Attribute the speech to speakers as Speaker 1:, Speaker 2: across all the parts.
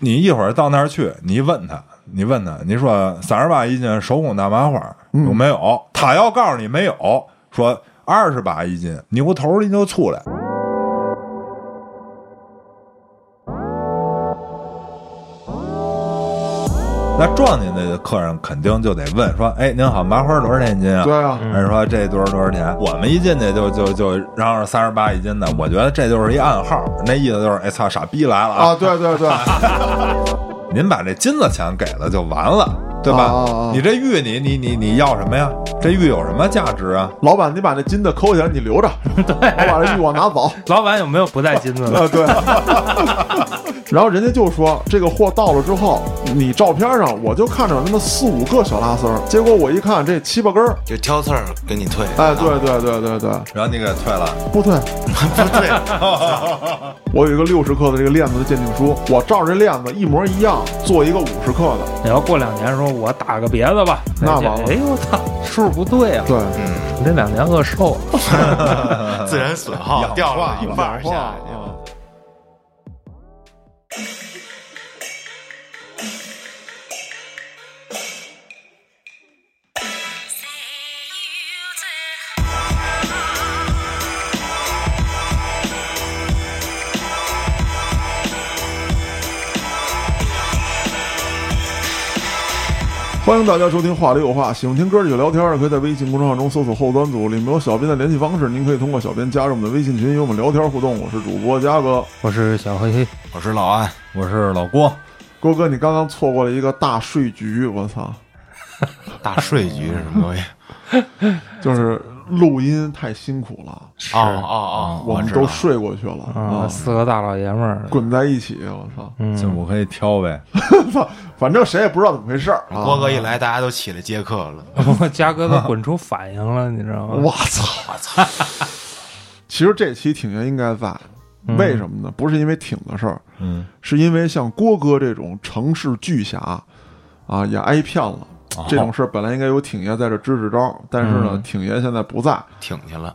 Speaker 1: 你一会儿到那儿去，你一问他，你问他，你说三十把一斤手工大麻花有没有？他要告诉你没有，说二十把一斤，扭头你就出来。那撞见的客人肯定就得问说：“哎，您好，麻花多少钱一斤啊？”
Speaker 2: 对啊
Speaker 1: 还是说这多少多少钱？我们一进去就就就嚷嚷三十八一斤的，我觉得这就是一暗号，那意思就是哎操，傻逼来了
Speaker 2: 啊，！ 对对对，
Speaker 1: 您把这金子钱给了就完了，对吧？
Speaker 2: 哦哦哦
Speaker 1: 你这玉你你你你要什么呀？这玉有什么价值啊？
Speaker 2: 老板，你把那金的抠起来，你留着，我把这玉我拿走。
Speaker 3: 老板有没有不带金子的？
Speaker 2: 啊，对。 然后人家就说，这个货到了之后，你照片上我就看着有那么四五个小拉丝儿，结果我一看这七八根儿，
Speaker 4: 就挑刺儿给你退。
Speaker 2: 哎，对对对对对，
Speaker 1: 然后你给退了，
Speaker 2: 不 退， 我有一个六十克的这个链子的鉴定书，我照着这链子一模一样做一个五十克的，
Speaker 3: 你要过两年说，我打个别的吧，
Speaker 2: 那
Speaker 3: 再见
Speaker 2: 完了
Speaker 3: 哎呦我操，数不对啊！
Speaker 2: 对，
Speaker 3: 你这两年饿瘦了。
Speaker 4: 自然损耗掉了一半儿下去。
Speaker 2: 欢迎大家收听《话里有话》，喜欢听哥儿几个聊天儿的，可以在微信公众号中搜索“后端组”，里面有小编的联系方式，您可以通过小编加入我们的微信群，与我们聊天互动。我是主播嘉哥，
Speaker 3: 我是小黑黑，
Speaker 4: 我是老安，
Speaker 1: 我是老郭，
Speaker 2: 郭哥，你刚刚错过了一个大税局，我操！
Speaker 4: 大税局是什么东西？
Speaker 2: 就是录音太辛苦了，
Speaker 4: 哦哦哦，
Speaker 2: 我们
Speaker 4: 知道
Speaker 2: 都睡过去了
Speaker 3: 啊，
Speaker 2: 啊，
Speaker 3: 四个大老爷们儿，
Speaker 2: 滚在一起，我操！
Speaker 4: 嗯
Speaker 1: 这我可以挑呗。
Speaker 2: 反正谁也不知道怎么回事儿啊！
Speaker 4: 郭哥一来，大家都起来接客了。
Speaker 3: 我嘉哥都滚出反应了，你知道吗？
Speaker 2: 我操！我操！其实这期挺爷应该在的，为什么呢？不是因为挺的事儿，
Speaker 1: 嗯，
Speaker 2: 是因为像郭哥这种城市巨侠啊，也挨骗了。这种事儿本来应该有挺爷在这支支招，但是呢，挺爷现在不在啊，
Speaker 4: 挺去了，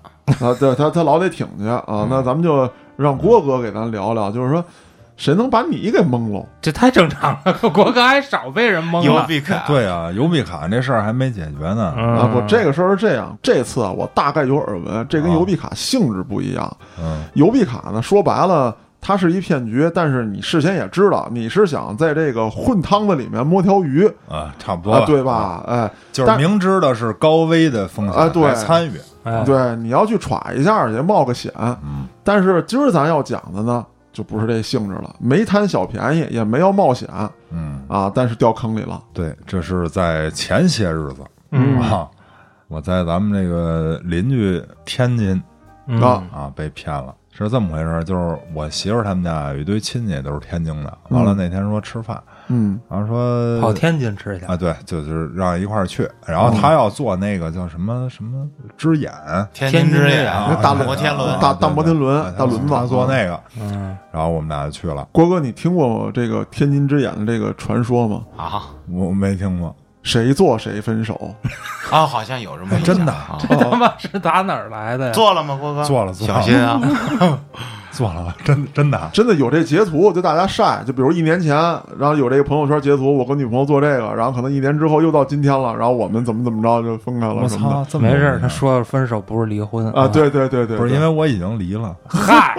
Speaker 2: 对他他老得挺去啊。那咱们就让郭哥给咱聊聊，就是说谁能把你给蒙了？
Speaker 3: 这太正常了， 国哥还少被人蒙
Speaker 4: 有
Speaker 3: 了。
Speaker 4: 必看。
Speaker 1: 对啊，邮币卡这事儿还没解决呢。
Speaker 3: 嗯
Speaker 2: 啊，不，这个事儿是这样，这次啊，我大概有耳闻，这跟
Speaker 1: 啊
Speaker 2: 邮币卡性质不一样。
Speaker 1: 嗯，
Speaker 2: 邮币卡呢，说白了，它是一骗局，但是你事先也知道，你是想在这个混汤子里面摸条鱼
Speaker 1: 啊，差不多
Speaker 2: 啊
Speaker 1: 了，，
Speaker 2: 对？吧？哎，
Speaker 1: 就是
Speaker 2: 但
Speaker 1: 明知道是高危的风险，
Speaker 2: 啊对
Speaker 1: 还参与。
Speaker 3: 哎，
Speaker 2: 对，你要去揣一下去，冒个险。嗯，但是今儿咱要讲的呢，就不是这性质了，没贪小便宜，也没要冒险
Speaker 1: 嗯，
Speaker 2: 啊，但是掉坑里了。
Speaker 1: 对，这是在前些日子，
Speaker 3: 嗯
Speaker 1: 啊，我在咱们这个邻居天津
Speaker 3: 嗯
Speaker 2: 啊
Speaker 1: 啊被骗了。是这么回事儿，就是我媳妇儿他们家有一堆亲戚都是天津的，完了那天说吃饭，
Speaker 2: 嗯
Speaker 1: 然后说
Speaker 3: 跑天津吃去
Speaker 1: 啊，对，就就是让一块儿去，然后他要做那个叫什么什么之眼，
Speaker 4: 天
Speaker 3: 津
Speaker 4: 津
Speaker 3: 之
Speaker 4: 之
Speaker 3: 恋
Speaker 4: 恋
Speaker 3: 啊
Speaker 4: 啊，
Speaker 2: 大
Speaker 4: 摩天轮
Speaker 2: 大
Speaker 1: 啊
Speaker 2: 大摩天轮
Speaker 1: 对对
Speaker 2: 大轮子
Speaker 1: 他做那个，
Speaker 3: 嗯，
Speaker 1: 然后我们俩就去了，
Speaker 2: 郭哥，你听过这个天津之眼的这个传说吗？
Speaker 4: 啊
Speaker 1: 我没听过，
Speaker 2: 谁做谁分手。
Speaker 4: 啊，好像有这么一
Speaker 1: 真的
Speaker 4: 家啊
Speaker 3: 他妈是打哪儿来的呀？
Speaker 4: 做了吗？郭哥
Speaker 1: 做了做了
Speaker 4: 小心啊！
Speaker 1: 做了吧，真真的，啊
Speaker 2: 真的有这截图，就大家晒，就比如一年前，然后有这个朋友圈截图，我跟女朋友做这个，然后可能一年之后又到今天了，然后我们怎么怎么着就分开了
Speaker 1: 我
Speaker 2: 什么
Speaker 1: 操，
Speaker 2: 的
Speaker 1: 这么
Speaker 3: 没事
Speaker 1: 有
Speaker 3: 儿，
Speaker 1: 意
Speaker 3: 他
Speaker 1: 思
Speaker 3: 说分手不是离婚
Speaker 2: 啊，对对对对，
Speaker 1: 不是
Speaker 2: 对
Speaker 1: 因为我已经离了，
Speaker 3: 嗨，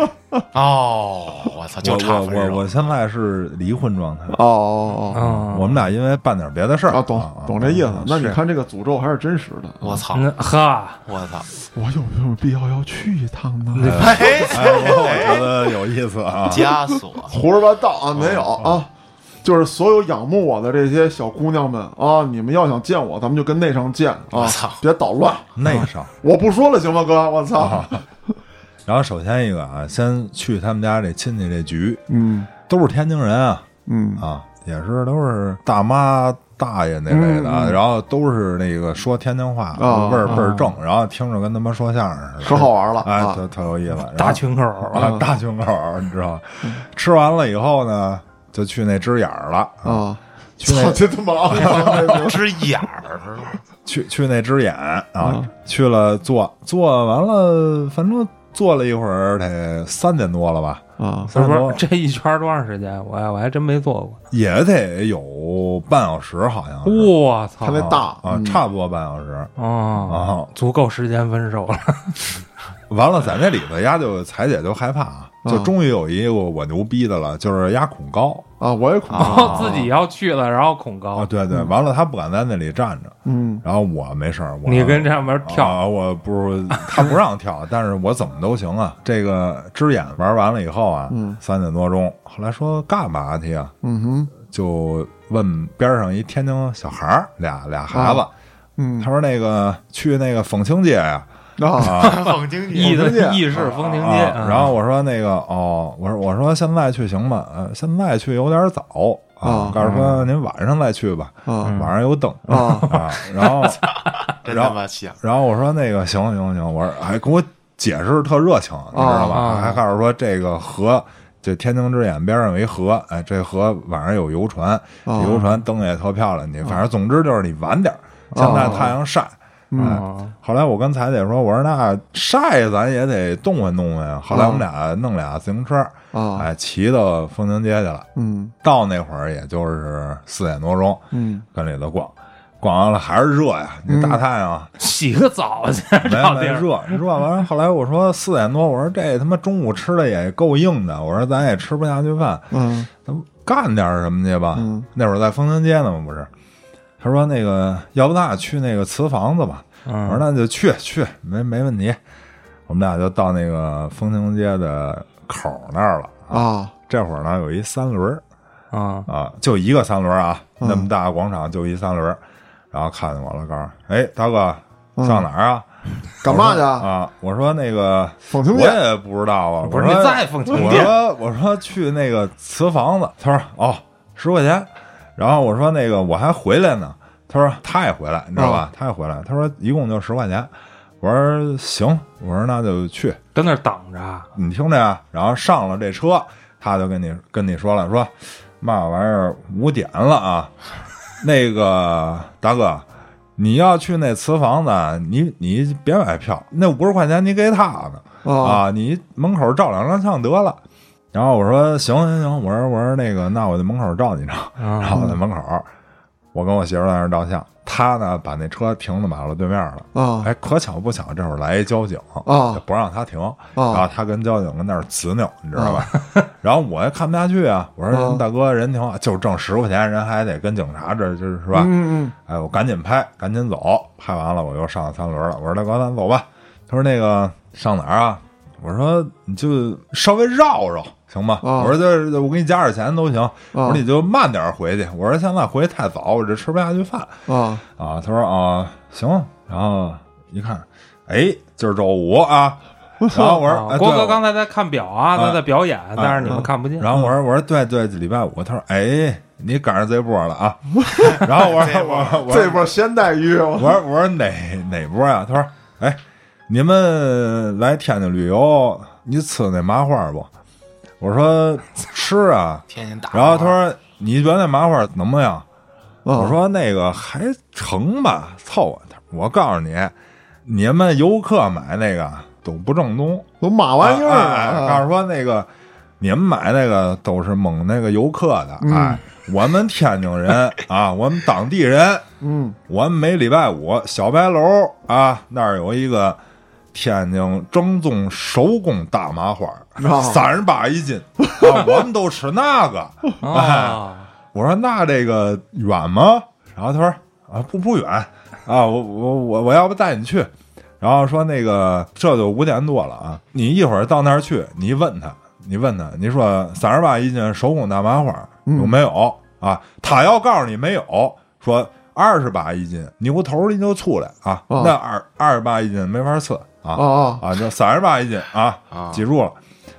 Speaker 4: 哦，我操，就
Speaker 1: 我
Speaker 4: 差
Speaker 1: 我
Speaker 4: 分手
Speaker 1: 我我现在是离婚状态，
Speaker 2: 哦哦哦
Speaker 3: 嗯，
Speaker 1: 我们俩因为办点别的事儿
Speaker 2: 哦啊，懂懂这意思。那你，
Speaker 1: 啊
Speaker 2: 看这个诅咒还是真实的，
Speaker 4: 我操，
Speaker 3: 嗯哈，
Speaker 2: 啊
Speaker 4: 我操！
Speaker 2: 我有没有必要要 去一趟呢？
Speaker 4: 哎，
Speaker 1: 是哎，我我觉得有意思啊，
Speaker 4: 枷锁，
Speaker 2: 胡说八道啊，没有啊。就是所有仰慕我的这些小姑娘们啊，你们要想见我，咱们就跟那上见啊
Speaker 4: 我操！
Speaker 2: 别捣乱，
Speaker 1: 内伤。
Speaker 2: 我不说了行吗，哥？我操！
Speaker 1: 啊然后首先一个啊，先去他们家这亲戚这局，
Speaker 2: 嗯
Speaker 1: 都是天津人啊
Speaker 2: 嗯
Speaker 1: 啊，也是都是大妈大爷那类的，啊然后都是那个说天津话，
Speaker 2: 嗯啊
Speaker 1: 味儿倍儿正，然后听着跟他妈说相声似的，
Speaker 2: 可好玩了
Speaker 1: 哎，
Speaker 2: 啊
Speaker 1: 特特有意思。然后
Speaker 3: 大群口
Speaker 1: 啊，大胸口儿，你知道吗？
Speaker 2: 嗯
Speaker 1: 吃完了以后呢，就去那只眼儿了，
Speaker 2: 啊，
Speaker 1: 去那
Speaker 2: 操，这他妈肮脏！这
Speaker 4: 只眼儿，
Speaker 1: 去去那只眼啊，去了做做完了，反正做了一会儿得三点多了吧，
Speaker 2: 啊，
Speaker 1: 三十多
Speaker 3: 不是这一圈多长时间？我还我还真没做过。
Speaker 1: 也得有半小时，好像是
Speaker 3: 我操！
Speaker 2: 看那大嗯
Speaker 1: 啊，差不多半小时。
Speaker 3: 哦，
Speaker 1: 啊，
Speaker 3: 足够时间分手了。
Speaker 1: 完了，在那里头，丫就彩姐就害怕，就
Speaker 2: 啊
Speaker 1: 终于有一个我牛逼的了，就是丫恐高
Speaker 2: 啊，我也恐
Speaker 3: 然后自己要去了，然后恐
Speaker 1: 啊，
Speaker 2: 哦
Speaker 3: 高，
Speaker 1: 对对，完了她不敢在那里站着，
Speaker 2: 嗯，
Speaker 1: 然后我没事儿，我
Speaker 3: 你跟上面跳，
Speaker 1: 啊，我不是他不让跳，但是我怎么都行 啊。这个之眼玩完了以后啊，三点多钟，后来说干嘛去啊？
Speaker 2: 嗯哼，
Speaker 1: 就问边上一天津小孩儿，俩俩孩子，
Speaker 2: 嗯
Speaker 1: 他说那个去那个讽清街呀、
Speaker 2: 啊，
Speaker 4: 放经济
Speaker 3: 意的
Speaker 2: 风情街
Speaker 3: 意式风情
Speaker 1: 啊，
Speaker 3: 街。
Speaker 1: 然后我说那个哦，我说我说现在去行吗？呃，现在去有点早
Speaker 2: 啊
Speaker 1: 啊，告诉说您晚上再去吧，
Speaker 2: 啊
Speaker 1: 晚上有灯
Speaker 2: 啊
Speaker 1: 啊。然后
Speaker 4: 真他妈香！
Speaker 1: 然后我说那个行行行，我说还哎给我解释得特热情，你知道吧？
Speaker 3: 啊啊
Speaker 1: 还告诉说这个河，这天津之眼边上有一河，哎，这河晚上有游船，游船灯也特漂亮。你反正总之就是你晚点儿，现在太阳晒。
Speaker 3: 嗯，
Speaker 1: 后来我跟彩姐说，我说那晒咱也得动换动换呀。后来我们俩弄俩自行车，
Speaker 2: 啊，
Speaker 1: 哎，骑到风情街去了。
Speaker 2: 嗯
Speaker 1: 到那会儿也就是四点多钟，
Speaker 2: 嗯，
Speaker 1: 跟里头逛，逛完了还是热呀，你大太阳。
Speaker 3: 洗个澡去，
Speaker 1: 没
Speaker 3: 找
Speaker 1: 没
Speaker 3: 地儿。
Speaker 1: 热热完了，后来我说四点多，我说这他妈中午吃的也够硬的，我说咱也吃不下去饭，
Speaker 2: 嗯
Speaker 1: 咱们干点什么去吧。
Speaker 2: 嗯
Speaker 1: 那会儿在风情街呢嘛，不是？他说那个，要不咱俩去那个瓷房子吧？我说
Speaker 3: 嗯，
Speaker 1: 那就去去，没没问题。我们俩就到那个风情街的口那儿了。
Speaker 2: 啊，
Speaker 1: 这会儿呢，有一三轮儿
Speaker 3: 啊，
Speaker 1: 啊，就一个三轮儿啊，
Speaker 2: 嗯
Speaker 1: 那么大广场就一三轮儿，然后看见我了，告诉哎大哥
Speaker 2: 嗯
Speaker 1: 上哪儿啊？
Speaker 2: 干嘛去？啊？
Speaker 1: 啊，我说那个
Speaker 2: 讽情
Speaker 1: 我
Speaker 2: 街
Speaker 1: 也不知道啊，
Speaker 3: 不是
Speaker 1: 我
Speaker 3: 你
Speaker 1: 说
Speaker 3: 再讽情
Speaker 1: 我
Speaker 3: 街，
Speaker 1: 说我说去那个瓷房子，他说哦十块钱，然后我说那个我还回来呢，他说他也回来，你知道
Speaker 3: 哦
Speaker 1: 吧？他也回来，他说一共就十块钱，我说行，我说那就去，
Speaker 3: 跟那儿等着啊。
Speaker 1: 你听着呀，然后上了这车，他就跟你跟你说了，说嘛玩意儿五点了啊，那个大哥，你要去那瓷房子，你你别买票，那五十块钱你给他呢、
Speaker 2: 啊
Speaker 1: 啊，你门口照两张相得了。然后我说行行行，我说我说那个，那我在门口照几张，然
Speaker 3: 啊
Speaker 1: 后我在门口，我跟我媳妇儿在那儿照相，他呢把那车停到马路对面了。
Speaker 2: 啊
Speaker 1: 哎，可巧不巧，这会儿来一交警
Speaker 2: 啊
Speaker 1: 也不让他停，然后他跟交警跟那儿执拗，你知道吧？然后我也看不下去啊，我说
Speaker 2: 啊
Speaker 1: 大哥人挺好，就挣十块钱，人还得跟警察这就是是吧？
Speaker 2: 嗯
Speaker 1: 哎，我赶紧拍，赶紧走，拍完了我又上三轮了，我说大哥咱走吧，他说那个上哪儿啊？我说你就稍微绕绕行吗？
Speaker 2: 啊
Speaker 1: 我说就是我给你加点钱都行，我说你就慢点回去，我说现在回去太早，我这吃不下去饭。
Speaker 2: 嗯啊
Speaker 1: 啊，他说啊行，然后一看，哎，今儿周五啊，然后我说、哎、
Speaker 3: 啊郭哥
Speaker 1: 对
Speaker 3: 刚才在看表啊，他在表演，但是你们看不见。
Speaker 1: 然后我说我说对对，礼拜五，他说哎，你赶上这波了啊， 然后我说
Speaker 4: 这波
Speaker 1: 我说我
Speaker 2: 这
Speaker 1: 说
Speaker 2: 波咸带鱼，
Speaker 1: 我说我说哪哪波呀、他说哎，你们来天津旅游，你吃那麻花不？我说吃啊，
Speaker 4: 天天打。
Speaker 1: 然后他说你觉得那麻花怎么样？我
Speaker 2: 我
Speaker 1: 说那个还成吧，凑合点儿。我告诉你，你们游客买那个都不正宗
Speaker 2: 都嘛玩意儿
Speaker 1: 哎哎告
Speaker 2: 啊
Speaker 1: 诉说那个你们买那个都是蒙那个游客的。哎，我们天津人啊，我们当地人，
Speaker 2: 嗯
Speaker 1: 我们每礼拜五小白楼啊那儿有一个天津正宗手工大麻花
Speaker 2: 啊，
Speaker 1: 三十八一斤，啊，我们都吃那个。哎
Speaker 3: 啊，
Speaker 1: 我说那这个远吗？然后他说啊不不远啊，我我我我要不带你去。然后说那个这就五点多了啊，你一会儿到那儿去，你问他，你问他，你说三十八一斤手工大麻花有没有啊？他要告诉你没有，说二十八一斤牛头儿你就出来啊，
Speaker 2: 哦
Speaker 1: 那二二十八一斤没法测啊
Speaker 2: 啊
Speaker 1: 啊，就三十八一斤啊
Speaker 4: 啊，
Speaker 1: 记住了。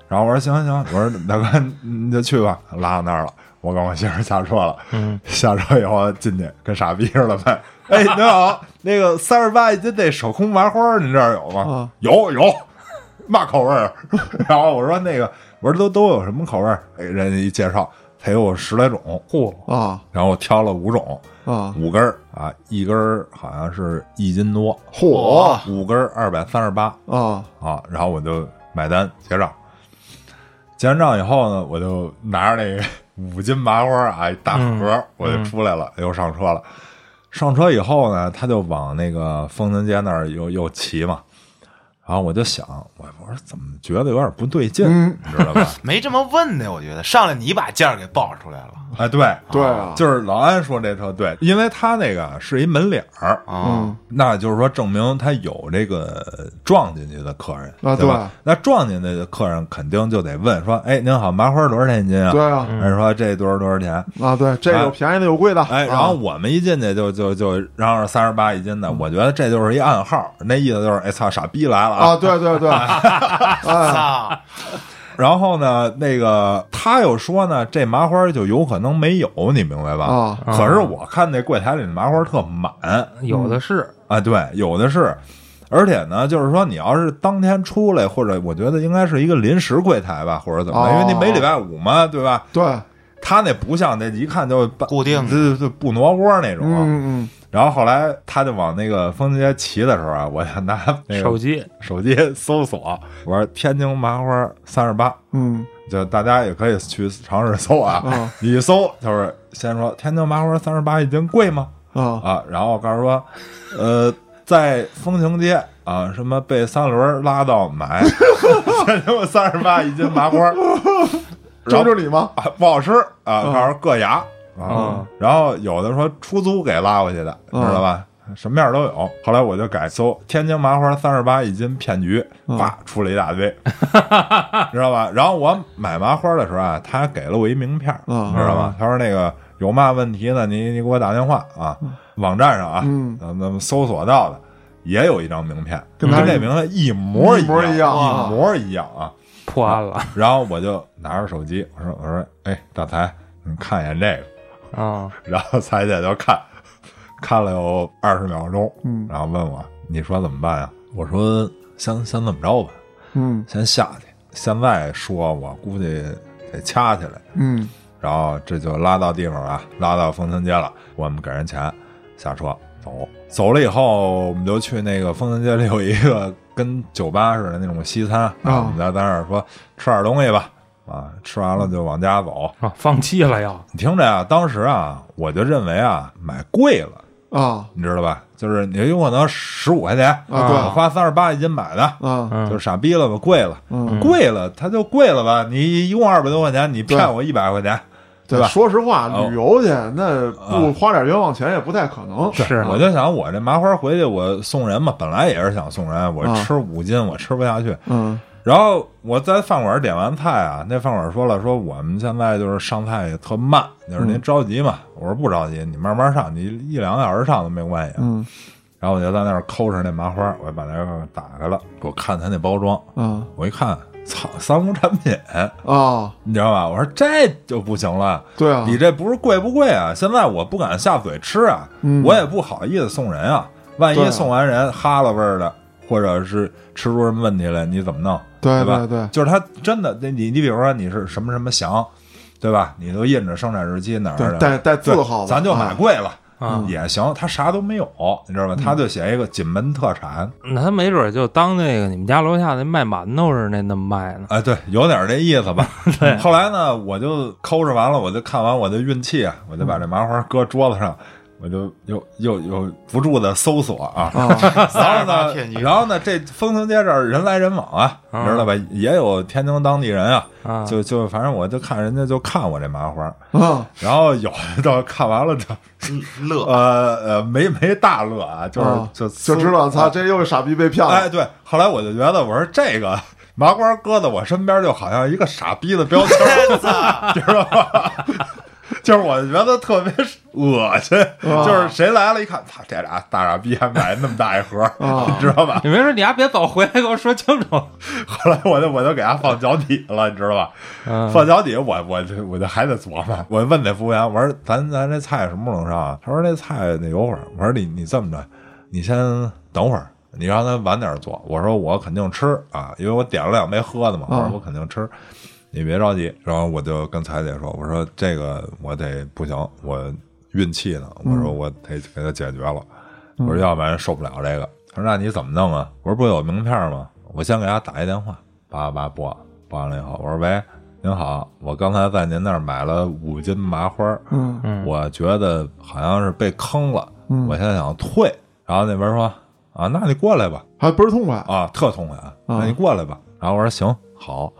Speaker 1: 然后我说行行行，我说大哥你你就去吧，拉到那儿了。我跟我媳妇儿下车了，
Speaker 3: 嗯
Speaker 1: 下车以后进去跟傻逼似的呗。哎，你好，那个三十八一斤那手工麻花儿，您这儿有吗？
Speaker 2: 啊
Speaker 1: 有有，嘛口味儿？啊 然后我说那个，我说都都有什么口味儿？哎，人家一介绍，才有十来种，
Speaker 3: 嚯，
Speaker 2: 啊
Speaker 1: 然后我挑了五种，
Speaker 2: 啊！
Speaker 1: 五根儿啊，一根儿好像是一斤多，
Speaker 2: 嚯
Speaker 1: 五根儿二百三十八，
Speaker 2: 啊
Speaker 1: 啊，然后我就买单结账。结完账以后呢，我就拿着那个五斤麻花啊，一大盒
Speaker 2: 嗯
Speaker 1: 儿，我就出来了，又上车了。上车以后呢，他就往那个风情街那儿又又骑嘛，然后我就想，我我说怎么觉得有点不对劲，
Speaker 2: 嗯
Speaker 1: 你知道 吧？
Speaker 4: 没这么问的，我觉得上来你把价儿给报出来了
Speaker 1: 哎，对，
Speaker 2: 对啊，
Speaker 1: 就是老安说这车对，因为他那个是一门脸儿，
Speaker 4: 啊，
Speaker 1: 那就是说证明他有这个撞进去的客人
Speaker 2: 啊
Speaker 1: 对吧
Speaker 2: 对
Speaker 1: 那撞进去的客人肯定就得问说，哎，您好，麻花多少钱一斤啊？
Speaker 2: 对啊
Speaker 1: 人说这多少多少钱？
Speaker 2: 啊，对，这有便宜的有贵的，
Speaker 1: 哎，
Speaker 2: 啊
Speaker 1: 然后我们一进去就就就嚷嚷三十八一斤
Speaker 2: 嗯
Speaker 1: 的，我觉得这就是一暗号，那意思就是哎操，傻逼来了
Speaker 2: 啊，！对对 对，哎，
Speaker 4: 啊，
Speaker 1: 然后呢，那个他又说呢，这麻花就有可能没有，你明白吧？
Speaker 2: 啊
Speaker 1: 可是我看那柜台里的麻花特满，
Speaker 3: 有的是，
Speaker 1: 啊，对，有的是，而且呢，就是说你要是当天出来，或者我觉得应该是一个临时柜台吧，或者怎么样，因为你每礼拜五嘛，对吧？
Speaker 2: 对，嗯
Speaker 1: 他那不像那一看就办
Speaker 4: 固定的
Speaker 1: 就就不挪窝那种。啊
Speaker 2: 嗯
Speaker 1: 然后后来他就往那个风情街骑的时候啊，我就拿那个
Speaker 3: 手机
Speaker 1: 手机搜索，我说天津麻花三十八。
Speaker 2: 嗯
Speaker 1: 就大家也可以去尝试搜啊，
Speaker 2: 嗯
Speaker 1: 你一搜就是先说天津麻花三十八一斤贵吗？
Speaker 2: 嗯啊
Speaker 1: 啊，然后告诉说，呃，在风情街啊，什么被三轮拉到买， 现他妈三十八一斤麻花儿，
Speaker 2: 周助理吗？
Speaker 1: 啊不好吃啊，告诉硌牙
Speaker 2: 嗯
Speaker 1: 啊。然后有的说出租给拉过去的，知道吧？什么样都有。后来我就改搜天津麻花三十八一斤骗局，
Speaker 2: 嗯
Speaker 1: 哇，出了一大 堆，知道吧？然后我买麻花的时候啊，他还给了我一名片儿，
Speaker 2: 嗯
Speaker 1: 你知道吧？他说那个有嘛问题呢，你你给我打电话啊，网站上啊，
Speaker 2: 嗯
Speaker 1: 咱们搜索到的也有一张名片，跟
Speaker 2: 他
Speaker 1: 这名片一模
Speaker 2: 一模一样啊
Speaker 1: 一模一样啊。
Speaker 3: 破案了
Speaker 1: 然后我就拿着手机，我说我说，哎，大才，你看一眼这个。
Speaker 3: 啊！
Speaker 1: 然后彩姐就看，看了有二十秒钟，
Speaker 2: 嗯
Speaker 1: 然后问我，你说怎么办呀、我说先先怎么着吧，
Speaker 2: 嗯
Speaker 1: 先下去。现在说我估计得掐起来，
Speaker 2: 嗯
Speaker 1: 然后这就拉到地方了，拉到风情街了。我们给人钱，下车走。走了以后，我们就去那个风情街里有一个跟酒吧似的那种西餐，
Speaker 2: 啊
Speaker 1: 我们在在那儿说吃点东西吧，啊，吃完了就往家走。
Speaker 3: 啊，放弃了要
Speaker 1: 你听着啊，当时啊，我就认为啊，买贵了，
Speaker 2: 啊
Speaker 1: 你知道吧？就是你有可能十五块钱啊
Speaker 2: 对
Speaker 1: 我花三十八一斤买的，
Speaker 2: 啊
Speaker 3: 嗯
Speaker 1: 就是傻逼了吧，贵了，
Speaker 2: 嗯
Speaker 1: 贵了，它就贵了吧？你一共二百多块钱，你骗我一百块钱，对吧？
Speaker 2: 说实话，
Speaker 1: 哦啊
Speaker 2: 旅游去那不花点冤枉钱也不太可能。
Speaker 3: 是啊
Speaker 1: 我就想，我这麻花回去我送人嘛，本来也是想送人，我
Speaker 2: 啊
Speaker 1: 吃五斤我吃不下去。
Speaker 2: 嗯
Speaker 1: 然后我在饭馆点完菜啊，那饭馆说了，说我们现在就是上菜也特慢，就是
Speaker 2: 嗯
Speaker 1: 您着急嘛。我说不着急，你慢慢上，你一两个小时上都没关系。
Speaker 2: 嗯
Speaker 1: 然后我就在那儿抠着那麻花，我就把那个打开了，我看它那包装，
Speaker 2: 啊
Speaker 1: 我一看，操，三无产品，
Speaker 2: 啊，
Speaker 1: 你知道吧？我说这就不行了，
Speaker 2: 对啊，
Speaker 1: 你这不是贵不贵啊？现在我不敢下嘴吃啊，
Speaker 2: 嗯
Speaker 1: 我也不好意思送人啊，万
Speaker 2: 对
Speaker 1: 一
Speaker 2: 啊
Speaker 1: 送完人哈了味儿的，或者是吃出什么问题来，你怎么弄？
Speaker 2: 对
Speaker 1: 对吧？
Speaker 2: 对对
Speaker 1: 就是他真的，你你你比如说你是什么什么祥，对吧？你都印着生产日期哪儿
Speaker 2: 对
Speaker 1: 的，
Speaker 2: 带带
Speaker 1: 对
Speaker 2: 字号吧，
Speaker 1: 咱就嗯买
Speaker 2: 啊
Speaker 1: 贵了。
Speaker 3: 啊，
Speaker 1: 也行，他啥都没有，你知道吧？他就写一个锦门特产，
Speaker 3: 那他没准儿就当那个你们家楼下那卖馒头似的那那么卖呢。
Speaker 1: 哎，对，有点这意思吧。后来呢，我就抠着完了，我就看完我的运气，啊，我就把这麻花搁桌子上，我就又又又不住的搜索啊。
Speaker 2: 啊
Speaker 1: 然后
Speaker 4: 三十八
Speaker 1: 呢
Speaker 4: 骗，局，
Speaker 1: 然后呢，这风情街这儿人来人往啊，
Speaker 2: 嗯
Speaker 1: 你知道吧？也有天津当地人啊，
Speaker 3: 啊，
Speaker 1: 就就反正我就看人家就看我这麻花，
Speaker 2: 啊
Speaker 1: 然后有的到看完了就
Speaker 4: 乐
Speaker 1: 呃呃没没大乐啊， 就是
Speaker 2: 啊
Speaker 1: 就
Speaker 2: 就知道操，这又是傻逼被骗
Speaker 1: 哎，
Speaker 2: 了。
Speaker 1: 对，后来我就觉得，我说这个麻花搁在我身边，就好像一个傻逼的标签儿， 知道吧？就是我觉得特别恶心，就是谁来了，一看，操，这俩大傻逼还买那么大一盒，
Speaker 2: 哦
Speaker 1: 你知道吧？
Speaker 3: 你没准儿你还别走，回来给我说清楚。
Speaker 1: 后来我就我就给他放脚底了，你知道吧？
Speaker 3: 嗯
Speaker 1: 放脚底，我我就我就还得琢磨。我问那服务员，我说咱咱这菜什么时候能上啊？他说那菜得有会儿。我说你你这么着，你先等会儿，你让他晚点做。我说我肯定吃啊，因为我点了两杯喝的嘛。我说
Speaker 2: 嗯
Speaker 1: 我肯定吃，你别着急。然后我就跟彩姐说，我说这个我得不行，我运气呢。我说我得给他解决了，我说要不然受不了这个。他说那你怎么弄啊？我说不有名片吗？我先给他打一电话，叭叭拨，拨完了以后，我说喂，您好，我刚才在您那儿买了五斤麻花儿，
Speaker 2: 嗯
Speaker 3: 嗯
Speaker 1: 我觉得好像是被坑了，
Speaker 2: 嗯
Speaker 1: 我现在想退。”然后那边说：“啊，那你过来吧。”
Speaker 2: 还倍儿痛快，
Speaker 1: 啊，特痛快啊！那你过来吧。然后我说行，好，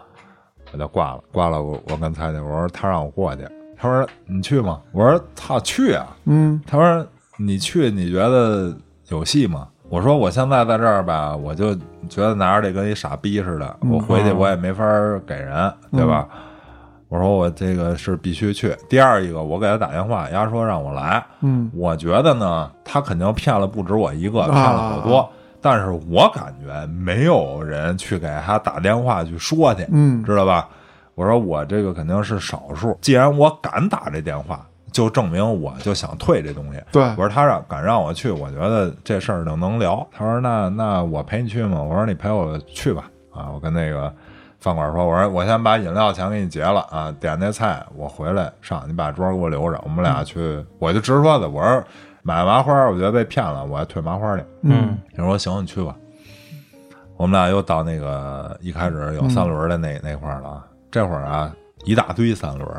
Speaker 1: 我就挂了。挂了我，我跟蔡姐我说他让我过去，他说你去吗？我说操去啊！
Speaker 2: 嗯
Speaker 1: 他说你去，你觉得有戏吗？我说我现在在这儿吧，我就觉得拿着这跟一傻逼似的，我回去我也没法给人，对吧？我说我这个是必须去。第二一个，我给他打电话，人家说让我来，
Speaker 2: 嗯
Speaker 1: 我觉得呢，他肯定骗了不止我一个，骗了好多。但是我感觉没有人去给他打电话去说去，
Speaker 2: 嗯
Speaker 1: 知道吧？我说我这个肯定是少数。既然我敢打这电话，就证明我就想退这东西。
Speaker 2: 对
Speaker 1: 我说他让敢让我去，我觉得这事儿就能聊。他说那那我陪你去吗？我说你陪我去吧。啊，我跟那个饭馆说，我说我先把饮料钱给你结了啊，点那菜我回来上，你把桌给我留着，我们俩去。我就直说的，我说买麻花，我觉得被骗了，我要退麻花去。
Speaker 2: 嗯
Speaker 1: 他说行，你去吧。我们俩又到那个一开始有三轮的那、那块儿了啊，这会儿啊一大堆三轮，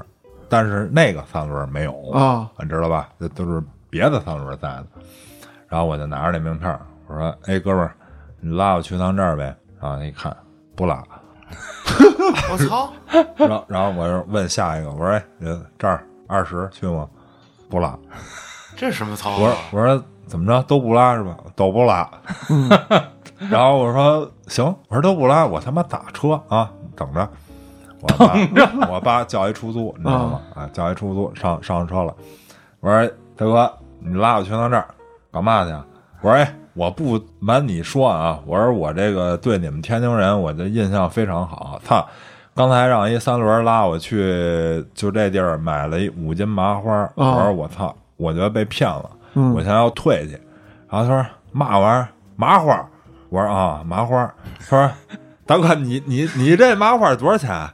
Speaker 1: 但是那个三轮没有
Speaker 2: 啊，
Speaker 1: 你知道吧？这都是别的三轮在的。然后我就拿着那名片儿，我说：“哎，哥们儿，你拉我去趟这儿呗。”然后他一看不拉，
Speaker 4: 我操，
Speaker 1: 然后然后我就问下一个，我说：“哎，呃这儿二十去吗？”不拉。
Speaker 4: 这是什么啊操
Speaker 1: 我说
Speaker 4: 作？
Speaker 1: 我说怎么着都不拉是吧？都不拉。 然后我说行，我说都不拉，我他妈打车啊，等着。我爸我爸叫一出租，你知道吗？啊，叫一出租上上车了。我说大哥，你拉我去趟这儿干嘛去啊？我说哎，我不瞒你说啊，我说我这个对你们天津人，我的印象非常好。操，刚才让一三轮拉我去就这地儿买了一五斤麻花，我说我操，我觉得被骗了，
Speaker 2: 嗯
Speaker 1: 我现在要退去。然后他说嘛玩意儿麻花，我说啊麻花，他说大哥你你你这麻花多少钱？啊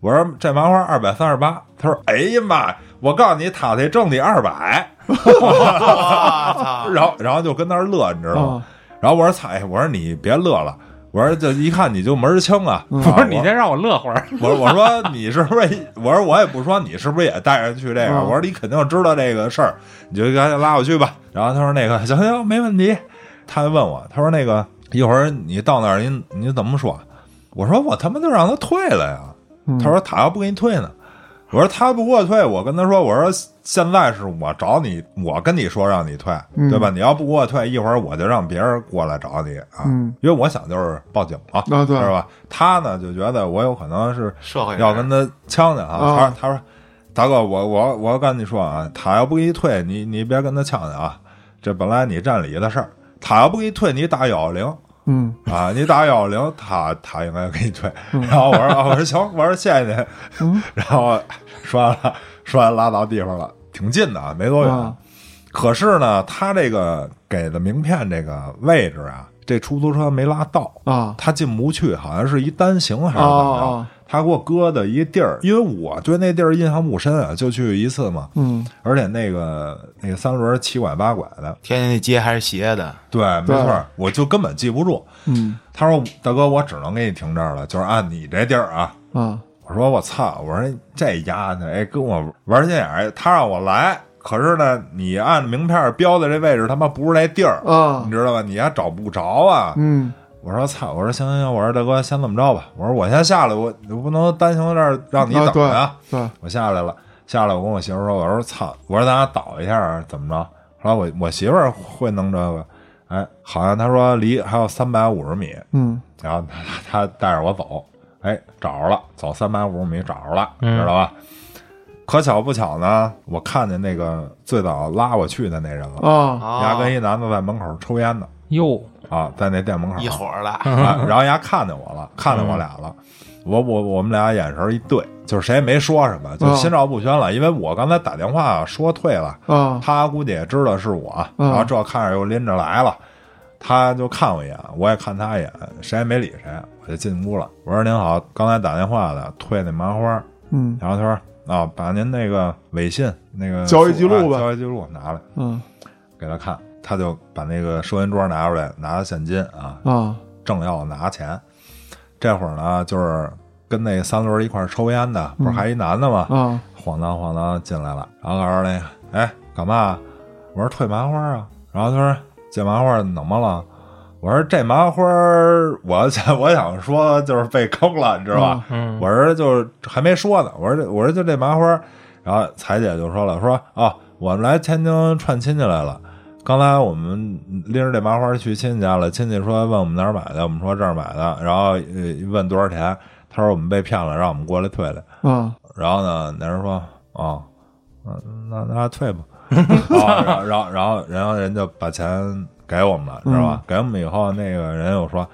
Speaker 1: 我说这麻花二百三十八，他说哎呀妈，我告诉你塔塔挣你二百，
Speaker 4: 我操！
Speaker 1: 然后然后就跟那儿乐，你知道
Speaker 2: 啊
Speaker 1: 吗？然后我说操，我说你别乐了，我说这一看你就门儿清啊， 我
Speaker 3: 不
Speaker 1: 说
Speaker 3: 是你先让我乐会儿，
Speaker 1: 我我说你是不是？我说我也不说你是不是也带人去这个？
Speaker 2: 嗯
Speaker 1: 我说你肯定知道这个事儿，你就赶紧拉我去吧。然后他说那个行行没问题，他就问我，他说那个一会儿你到那儿你你怎么说？我说我他妈就让他退了呀。
Speaker 2: 嗯
Speaker 1: 他说他要不给你退呢。我说他不给我退，我跟他说，我说现在是我找你，我跟你说让你退，
Speaker 2: 嗯
Speaker 1: 对吧？你要不给我退，一会儿我就让别人过来找你啊，
Speaker 2: 嗯
Speaker 1: 因为我想就是报警了，
Speaker 2: 啊对
Speaker 1: 是吧？他呢就觉得我有可能是
Speaker 4: 社会人
Speaker 1: 要跟他呛呛啊。
Speaker 2: 啊
Speaker 1: 他他说：“大哥，我我我跟你说啊，他要不给你退，你你别跟他呛呛啊。这本来你占理的事儿，他要不给你退，你打幺幺零
Speaker 2: 嗯
Speaker 1: 啊，你打幺幺零，他他应该给你退。” 然后我说：“啊，我说行，我说谢谢
Speaker 2: 嗯
Speaker 1: 您。” 然后说完了，说完拉到地方了，挺近的啊，没多远。
Speaker 2: 啊
Speaker 1: 可是呢，他这个给的名片这个位置啊，这出租车没拉到。
Speaker 2: 啊
Speaker 1: 他进不去，好像是一单行还是怎么着？
Speaker 2: 啊
Speaker 1: 他给我搁的一地儿，因为我对那地儿印象不深啊，就去一次嘛。
Speaker 2: 嗯
Speaker 1: 而且那个那个三轮七拐八拐的，
Speaker 4: 天津那街还是斜的，
Speaker 1: 对，没
Speaker 2: 对
Speaker 1: 错儿，我就根本记不住。
Speaker 2: 嗯
Speaker 1: 他说：“大哥，我只能给你停这儿了，就是按你这地儿啊。
Speaker 2: 啊”
Speaker 1: 我说：“我操！”我说：“这丫的，哎，跟我玩心眼儿，哎他让我来，可是呢，你按名片标的这位置，他妈不是那地儿，
Speaker 2: 啊
Speaker 1: 你知道吧？你还找不着啊。”
Speaker 2: 嗯
Speaker 1: 我说操！我说行行行，我说大哥先这么着吧，我说我先下来，我我不能单行在这儿让你等着呀、
Speaker 2: 啊对
Speaker 1: 我下来了，下来我跟我媳妇说，我说操，我说咱俩倒一下怎么着？后来我我媳妇儿会弄这个，哎，好像她说离还有三百五十米，
Speaker 2: 嗯
Speaker 1: 然后她她带着我走，哎，找着了，走三百五十米找着了，
Speaker 3: 嗯
Speaker 1: 知道吧？可巧不巧呢，我看见那个最早拉我去的那人了，
Speaker 2: 啊
Speaker 4: 啊
Speaker 1: 哦压跟一男的在门口抽烟呢，
Speaker 3: 哟，
Speaker 1: 啊，在那店门口
Speaker 4: 哦一伙儿了，
Speaker 2: 嗯
Speaker 1: 啊，然后丫看见我了，看见我俩了，我我我们俩眼神一对，就是谁也没说什么，就
Speaker 2: 嗯
Speaker 1: 心照不宣了。因为我刚才打电话说退了，
Speaker 2: 啊
Speaker 1: 他估计也知道是我，
Speaker 2: 嗯
Speaker 1: 然后这看着又拎着来了，他就看我一眼，我也看他一眼，谁也没理谁，我就进屋了。我说您好，刚才打电话的退那麻花，
Speaker 2: 嗯
Speaker 1: 然后他说。啊，把您那个微信那个
Speaker 2: 交易记录
Speaker 1: 啊
Speaker 2: 呗
Speaker 1: 交易记录拿来
Speaker 2: 嗯
Speaker 1: 给他看，他就把那个收银桌拿出来，拿现金啊，
Speaker 2: 啊
Speaker 1: 正要拿钱，这会儿呢，就是跟那三轮一块儿抽烟的，不是还一男的吗？
Speaker 2: 啊，
Speaker 1: 晃荡晃荡进来了，然后告诉那个，哎，干嘛？我说退麻花啊。然后他说这麻花怎么了？我说这麻花儿，我想我想说就是被坑了，你知道吧？
Speaker 3: 嗯，
Speaker 1: 我说就是还没说呢，我说这我说就这麻花儿，然后彩姐就说了，说啊，我们来天津串亲戚来了。刚才我们拎着这麻花儿去亲戚家了，亲戚说问我们哪儿买的，我们说这儿买的，然后呃问多少钱，他说我们被骗了，让我们过来退来。
Speaker 2: 啊，
Speaker 1: 然后呢，男人说啊，嗯那那退吧。啊，然后然后然后然后人就把钱给我们了，知道吧？给我们以后，那个人又说，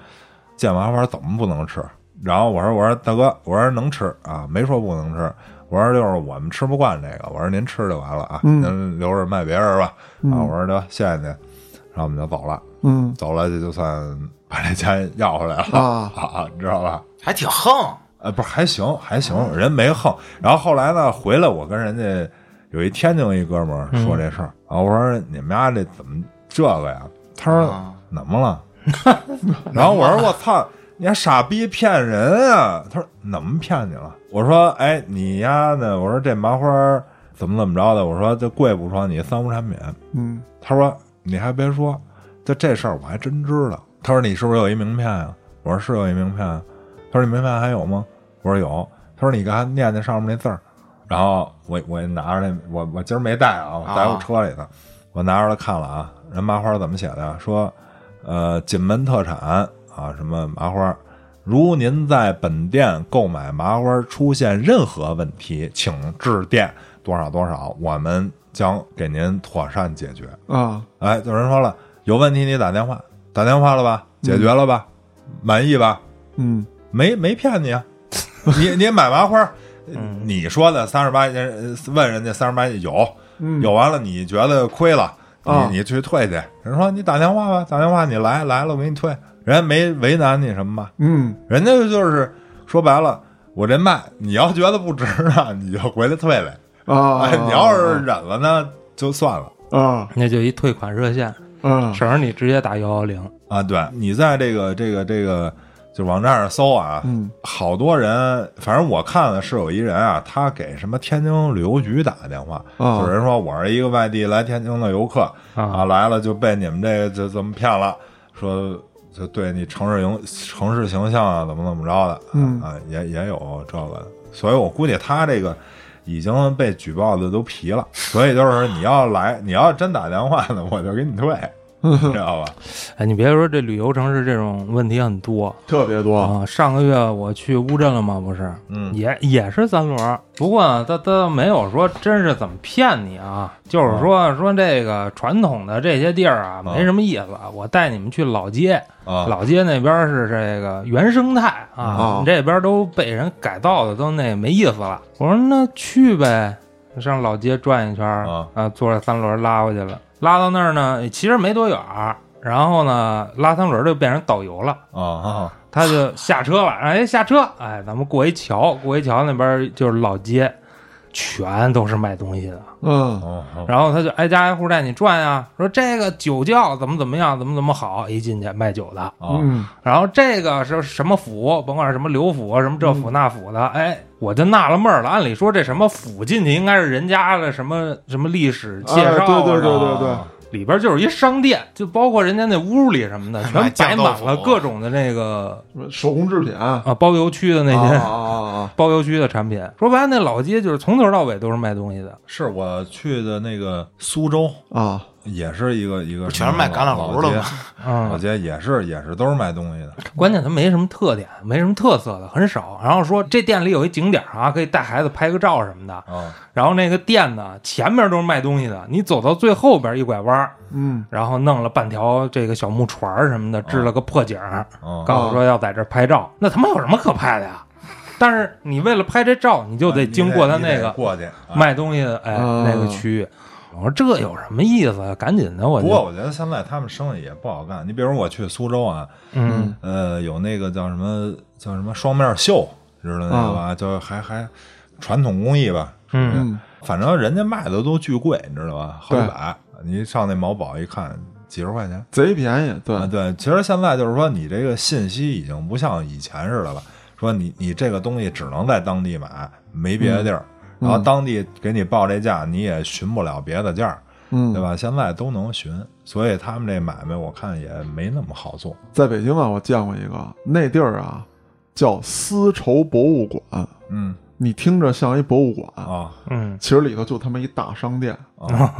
Speaker 1: 见麻花怎么不能吃？然后我说我说大哥，我说能吃啊，没说不能吃。我说就是我们吃不惯这个，我说您吃就完了啊，您留着卖别人吧。啊，我说得谢谢您，然后我们就走了，
Speaker 2: 嗯
Speaker 1: 走了这就算把这钱要回来了
Speaker 2: 啊
Speaker 1: 啊，你知道吧？
Speaker 4: 还挺横，啊
Speaker 1: 呃，不是还行还行，人没横。然后后来呢，回来我跟人家有一天津一哥们儿说这事儿、啊，我说你们家这怎么这个呀？他说、
Speaker 4: 啊
Speaker 1: 怎么了？然后我说我操，你还傻逼骗人啊！他说怎么骗你了？我说哎，你丫的，我说这麻花儿怎么怎么着的？我说这贵不说你三无产品，
Speaker 2: 嗯
Speaker 1: 他说：“你还别说，就这事儿我还真知道。”他说：“你是不是有一名片呀、我说：“是有一名片、啊。”他说：“你名片还有吗？”我说：“有。”他说：“你刚才念那上面那字儿。”然后我我拿着那我我今儿没带啊，我在我车里呢，我拿出来看了啊，人麻花怎么写的啊？说，呃，锦门特产啊，什么麻花。如您在本店购买麻花出现任何问题，请致电多少多少，我们将给您妥善解决。
Speaker 2: 啊，
Speaker 1: 哎，有人说了，有问题你打电话，打电话了吧？解决了吧？满意吧？
Speaker 2: 嗯
Speaker 1: 没没骗你啊，你你买麻花，你说的三十八斤，呃问人家三十八斤有，
Speaker 2: 嗯
Speaker 1: 有完了你觉得亏了，
Speaker 2: 啊
Speaker 1: 你你去退去。人说你打电话吧，打电话你来来了我给你退，人家没为难你什么吧？
Speaker 2: 嗯
Speaker 1: 人家就是说白了，我这卖你要觉得不值呢，你就回来退来。
Speaker 2: 啊
Speaker 1: 哎，，你要是忍了呢，就算了。
Speaker 2: 啊
Speaker 3: 那就一退款热线，
Speaker 2: 啊
Speaker 1: 嗯
Speaker 3: 省着你直接打幺幺零。
Speaker 1: 啊，对你在这个这个这个就网站上搜啊，
Speaker 2: 嗯
Speaker 1: 好多人，反正我看了是有一人啊，他给什么天津旅游局打的电话，
Speaker 2: 啊
Speaker 1: 有人说我是一个外地来天津的游客
Speaker 2: 哦
Speaker 3: 啊
Speaker 1: 来了就被你们这个就怎么骗了，说就对你城市形城市形象啊怎么怎么着的，
Speaker 2: 嗯
Speaker 1: 啊也也有这个的，所以我估计他这个。已经被举报的都皮了，所以就是你要来，你要真打电话呢，我就给你 退，你知道吧？
Speaker 3: 哎，你别说这旅游城市这种问题很多
Speaker 2: 特别多，
Speaker 3: 啊。上个月我去乌镇了嘛，不是，
Speaker 1: 嗯
Speaker 3: 也也是三轮儿，不过呢，他他没有说真是怎么骗你啊，
Speaker 1: 嗯
Speaker 3: 就是说说这个传统的这些地儿啊，没什么意思。我带你们去老街，
Speaker 1: 啊，
Speaker 3: 老街那边儿是这个原生态啊，
Speaker 2: 哦
Speaker 3: 我们这边儿都被人改造的都那没意思了。我说那去呗，上老街转一圈儿
Speaker 1: 啊
Speaker 3: 啊，坐着三轮拉过去了，拉到那儿呢，其实没多远儿，然后呢，拉三轮就变成导游了。
Speaker 1: 啊啊
Speaker 3: 他就下车 了，哎，下车，哎，咱们过一桥，过一桥那边就是老街，全都是卖东西的。
Speaker 2: 嗯
Speaker 1: 哦哦
Speaker 3: 然后他就挨家挨户带你转呀，说这个酒窖怎么怎么样，怎么怎么好，一进去卖酒的。
Speaker 1: 哦
Speaker 2: 嗯
Speaker 3: 然后这个是什么府，甭管是什么刘府啊，什么这
Speaker 2: 嗯
Speaker 3: 府那府的，哎，我就纳了闷儿了。按理说这什么府进去应该是人家的什么什么历史介绍、啊
Speaker 2: 哎对对对
Speaker 1: 哦
Speaker 3: 里边就是一商店，就包括人家那屋里什么的，全
Speaker 4: 买
Speaker 3: 摆
Speaker 4: 哎酱
Speaker 3: 满
Speaker 4: 豆
Speaker 3: 了
Speaker 4: 腐啊
Speaker 3: 各种的那个
Speaker 2: 什么手工制品啊
Speaker 3: 啊，包邮区的那
Speaker 2: 啊
Speaker 3: 些、
Speaker 2: 啊
Speaker 3: 包邮区的产品。说白了，那老街就是从头到尾都是卖东西的。
Speaker 1: 是我去的那个苏州，
Speaker 2: 啊啊，
Speaker 1: 也是一个一个
Speaker 4: 不全是卖橄榄
Speaker 1: 老
Speaker 4: 核的吗
Speaker 1: 街老
Speaker 3: 嗯，
Speaker 1: 街也是也是都是卖东西的，
Speaker 3: 关键它没什么特点，没什么特色的，很少。然后说这店里有一景点啊，可以带孩子拍个照什么的。
Speaker 1: 啊
Speaker 3: 然后那个店呢，前面都是卖东西的，你走到最后边一拐弯儿，
Speaker 2: 嗯
Speaker 3: 然后弄了半条这个小木船儿什么的，支了个破景儿，
Speaker 1: 啊
Speaker 3: 告诉说要在这儿拍照，那他妈有什么可拍的呀？但是你为了拍这照，你就得经过他
Speaker 1: 啊你
Speaker 3: 那
Speaker 1: 得
Speaker 3: 个
Speaker 1: 过去啊
Speaker 3: 卖东西的哎、
Speaker 2: 啊
Speaker 3: 那个区域。我说这有什么意思啊？赶紧的，我
Speaker 1: 不
Speaker 3: 就
Speaker 1: 过我觉得现在他们生意也不好干，你比如我去苏州啊，
Speaker 3: 嗯
Speaker 1: 呃，有那个叫什么叫什么双面绣，知道那个吧？就还还传统工艺吧，
Speaker 3: 嗯，
Speaker 2: 嗯
Speaker 1: 反正人家卖的都巨贵，你知道吧？好几
Speaker 2: 对
Speaker 1: 百，你上那某宝一看，几十块钱。
Speaker 2: 贼便宜，对
Speaker 1: 啊，对，其实现在就是说，你这个信息已经不像以前似的了，说你你这个东西只能在当地买，没别的地儿。然后当地给你报这价，你也询不了别的价儿，
Speaker 2: 嗯，
Speaker 1: 对吧？现在都能询，所以他们这买卖我看也没那么好做。
Speaker 2: 在北京啊，我见过一个，那地儿啊叫丝绸博物馆，
Speaker 1: 嗯
Speaker 2: 你听着像一博物馆，
Speaker 1: 啊
Speaker 3: 嗯
Speaker 2: 其实里头就他妈一大商店。
Speaker 1: 啊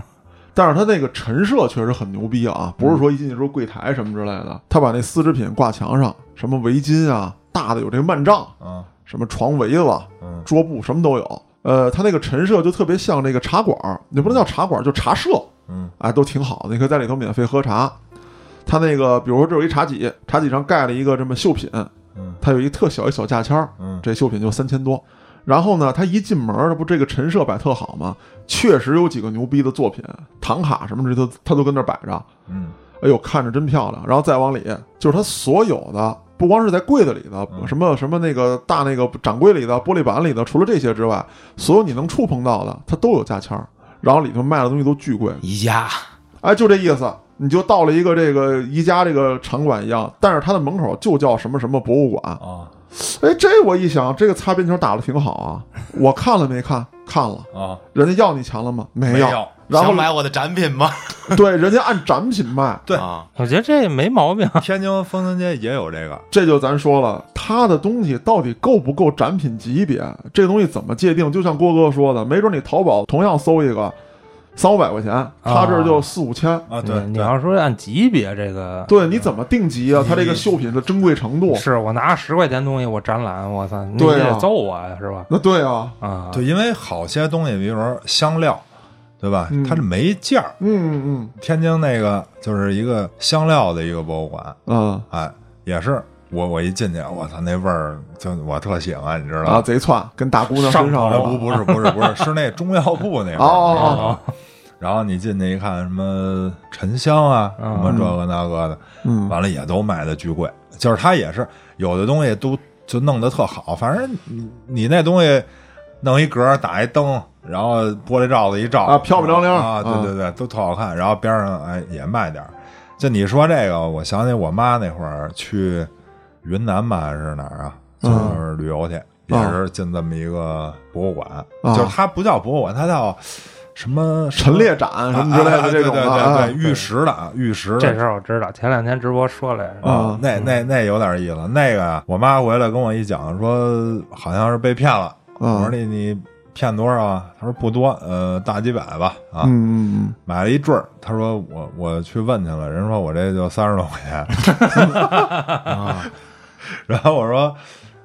Speaker 2: 但是它那个陈设确实很牛逼啊，不是说一进去说柜台什么之类的，他把那丝织品挂墙上，什么围巾啊，大的有这个幔帐，
Speaker 1: 啊
Speaker 2: 什么床围子、
Speaker 1: 嗯
Speaker 2: 桌布什么都有。呃，它那个陈设就特别像那个茶馆儿，也不能叫茶馆儿，就茶社，
Speaker 1: 嗯
Speaker 2: 哎，都挺好的，你可以在里头免费喝茶。它那个，比如说这有一茶几，茶几上盖了一个这么绣品，
Speaker 1: 嗯
Speaker 2: 它有一特小一小价签儿，
Speaker 1: 嗯
Speaker 2: 这绣品就三千多。然后呢，他一进门儿，这不这个陈设摆特好吗？确实有几个牛逼的作品，唐卡什么这都他都跟那儿摆着，
Speaker 1: 嗯
Speaker 2: 哎呦，看着真漂亮。然后再往里，就是他所有的，不光是在柜子里的，
Speaker 1: 嗯
Speaker 2: 什么什么那个大那个展柜里的、玻璃板里的，除了这些之外，所有你能触碰到的，它都有价签儿。然后里头卖的东西都巨贵，
Speaker 4: 宜家
Speaker 2: 哎，就这意思，你就到了一个这个宜家这个场馆一样，但是它的门口就叫什么什么博物馆，
Speaker 1: 啊
Speaker 2: 哎，这我一想，这个擦边球打得挺好啊！我看了没看？看了，
Speaker 1: 啊
Speaker 2: 人家要你钱了吗？没
Speaker 1: 没有
Speaker 2: 然后
Speaker 4: 想买我的展品吗？
Speaker 2: 对，人家按展品卖，
Speaker 1: 对
Speaker 4: 啊，
Speaker 3: 我觉得这没毛病。
Speaker 1: 天津风情街也有这个，
Speaker 2: 这就咱说了，他的东西到底够不够展品级别？这个东西怎么界定？就像郭哥说的，没准你淘宝同样搜一个三五百块钱，他这儿就四五千。
Speaker 1: 啊，对
Speaker 3: 嗯你，你
Speaker 1: 对
Speaker 3: 要说按级别这个，
Speaker 2: 对，你怎么定级啊？它这个绣品的珍贵程度，
Speaker 3: 是我拿十块钱东西我展览，我操，你
Speaker 2: 对啊
Speaker 3: 得揍我呀，是吧？
Speaker 2: 那对啊，
Speaker 3: 啊，
Speaker 1: 对，因为好些东西，比如说香料，对吧
Speaker 2: 嗯？
Speaker 1: 它是没价儿。
Speaker 2: 嗯
Speaker 1: 天津那个就是一个香料的一个博物馆，
Speaker 2: 嗯嗯
Speaker 1: 哎，也是我我一进去，我操，那味儿就我特喜欢，你知道
Speaker 2: 啊，
Speaker 1: 吗？
Speaker 2: 贼窜，跟大姑娘身上
Speaker 1: 哎
Speaker 2: 了
Speaker 1: 不不是不是不 是，是那中药铺那味儿。
Speaker 2: 哦哦
Speaker 1: 哦然后你进去一看，什么沉香啊，什么这个那个的，
Speaker 2: 嗯
Speaker 1: 完了也都卖的巨贵。就是它也是有的东西都就弄得特好，反正你你那东西弄一格打一灯，然后玻璃罩子一罩
Speaker 2: 啊漂漂亮亮
Speaker 1: 啊，对对对，都特好看。然后边上哎也卖点儿。就你说这个，我想起我妈那会儿去云南吧，还是哪儿啊？
Speaker 2: 嗯
Speaker 1: 就是旅游去，也
Speaker 2: 哦
Speaker 1: 是进这么一个博物馆，
Speaker 2: 啊
Speaker 1: 就是它不叫博物馆，它叫什么啊
Speaker 2: 陈列展什么之类的这种
Speaker 1: 对对
Speaker 2: 的，
Speaker 1: 对对，
Speaker 2: 啊
Speaker 1: 玉石的啊玉石的
Speaker 3: 这事儿我知道，前两天直播说来着。
Speaker 1: 啊，那那那有点意思。那个呀，我妈回来跟我一讲，说好像是被骗了。我说
Speaker 2: 嗯
Speaker 1: 你你骗多少啊？她说不多，呃，大几百吧。啊，
Speaker 2: 嗯嗯
Speaker 1: 买了一坠儿。她说我我去问去了，人说我这就三十多块钱。 然后我说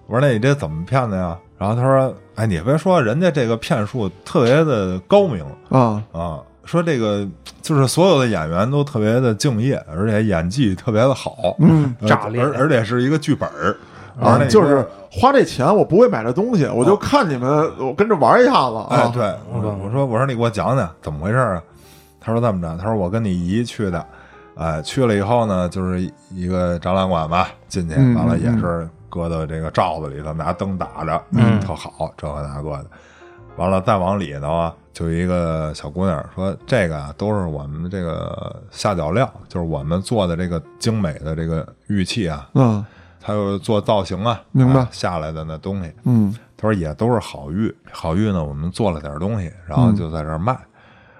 Speaker 1: 我说那你这怎么骗的呀？然后她说哎，你别说，人家这个骗术特别的高明。
Speaker 2: 嗯啊，
Speaker 1: 啊，说这个就是所有的演员都特别的敬业，而且演技特别的好，
Speaker 2: 嗯
Speaker 1: 呃
Speaker 3: 炸裂
Speaker 1: 而而且是一个剧本儿，而
Speaker 2: 啊
Speaker 1: 那，啊
Speaker 2: 就是花这钱，我不会买这东西，我就看你们，我跟着玩一下子
Speaker 1: 哎，
Speaker 2: 啊。
Speaker 1: 对，我说我说我说你给我讲讲怎么回事儿啊？他说这么着，他说我跟你姨去的，哎，去了以后呢，就是一个展览馆吧，进去
Speaker 2: 嗯
Speaker 1: 完了也
Speaker 2: 嗯
Speaker 1: 是搁到这个罩子里头，拿灯打着，
Speaker 3: 嗯
Speaker 1: 特好，这个那个的。完了再往里头啊，就有一个小姑娘说：“这个啊，都是我们这个下脚料，就是我们做的这个精美的这个玉器啊，
Speaker 2: 嗯
Speaker 1: 它又做造型啊，
Speaker 2: 明白
Speaker 1: 啊下来的那东西。
Speaker 2: 嗯
Speaker 1: 他说也都是好玉，好玉呢，我们做了点东西，然后就在这儿卖。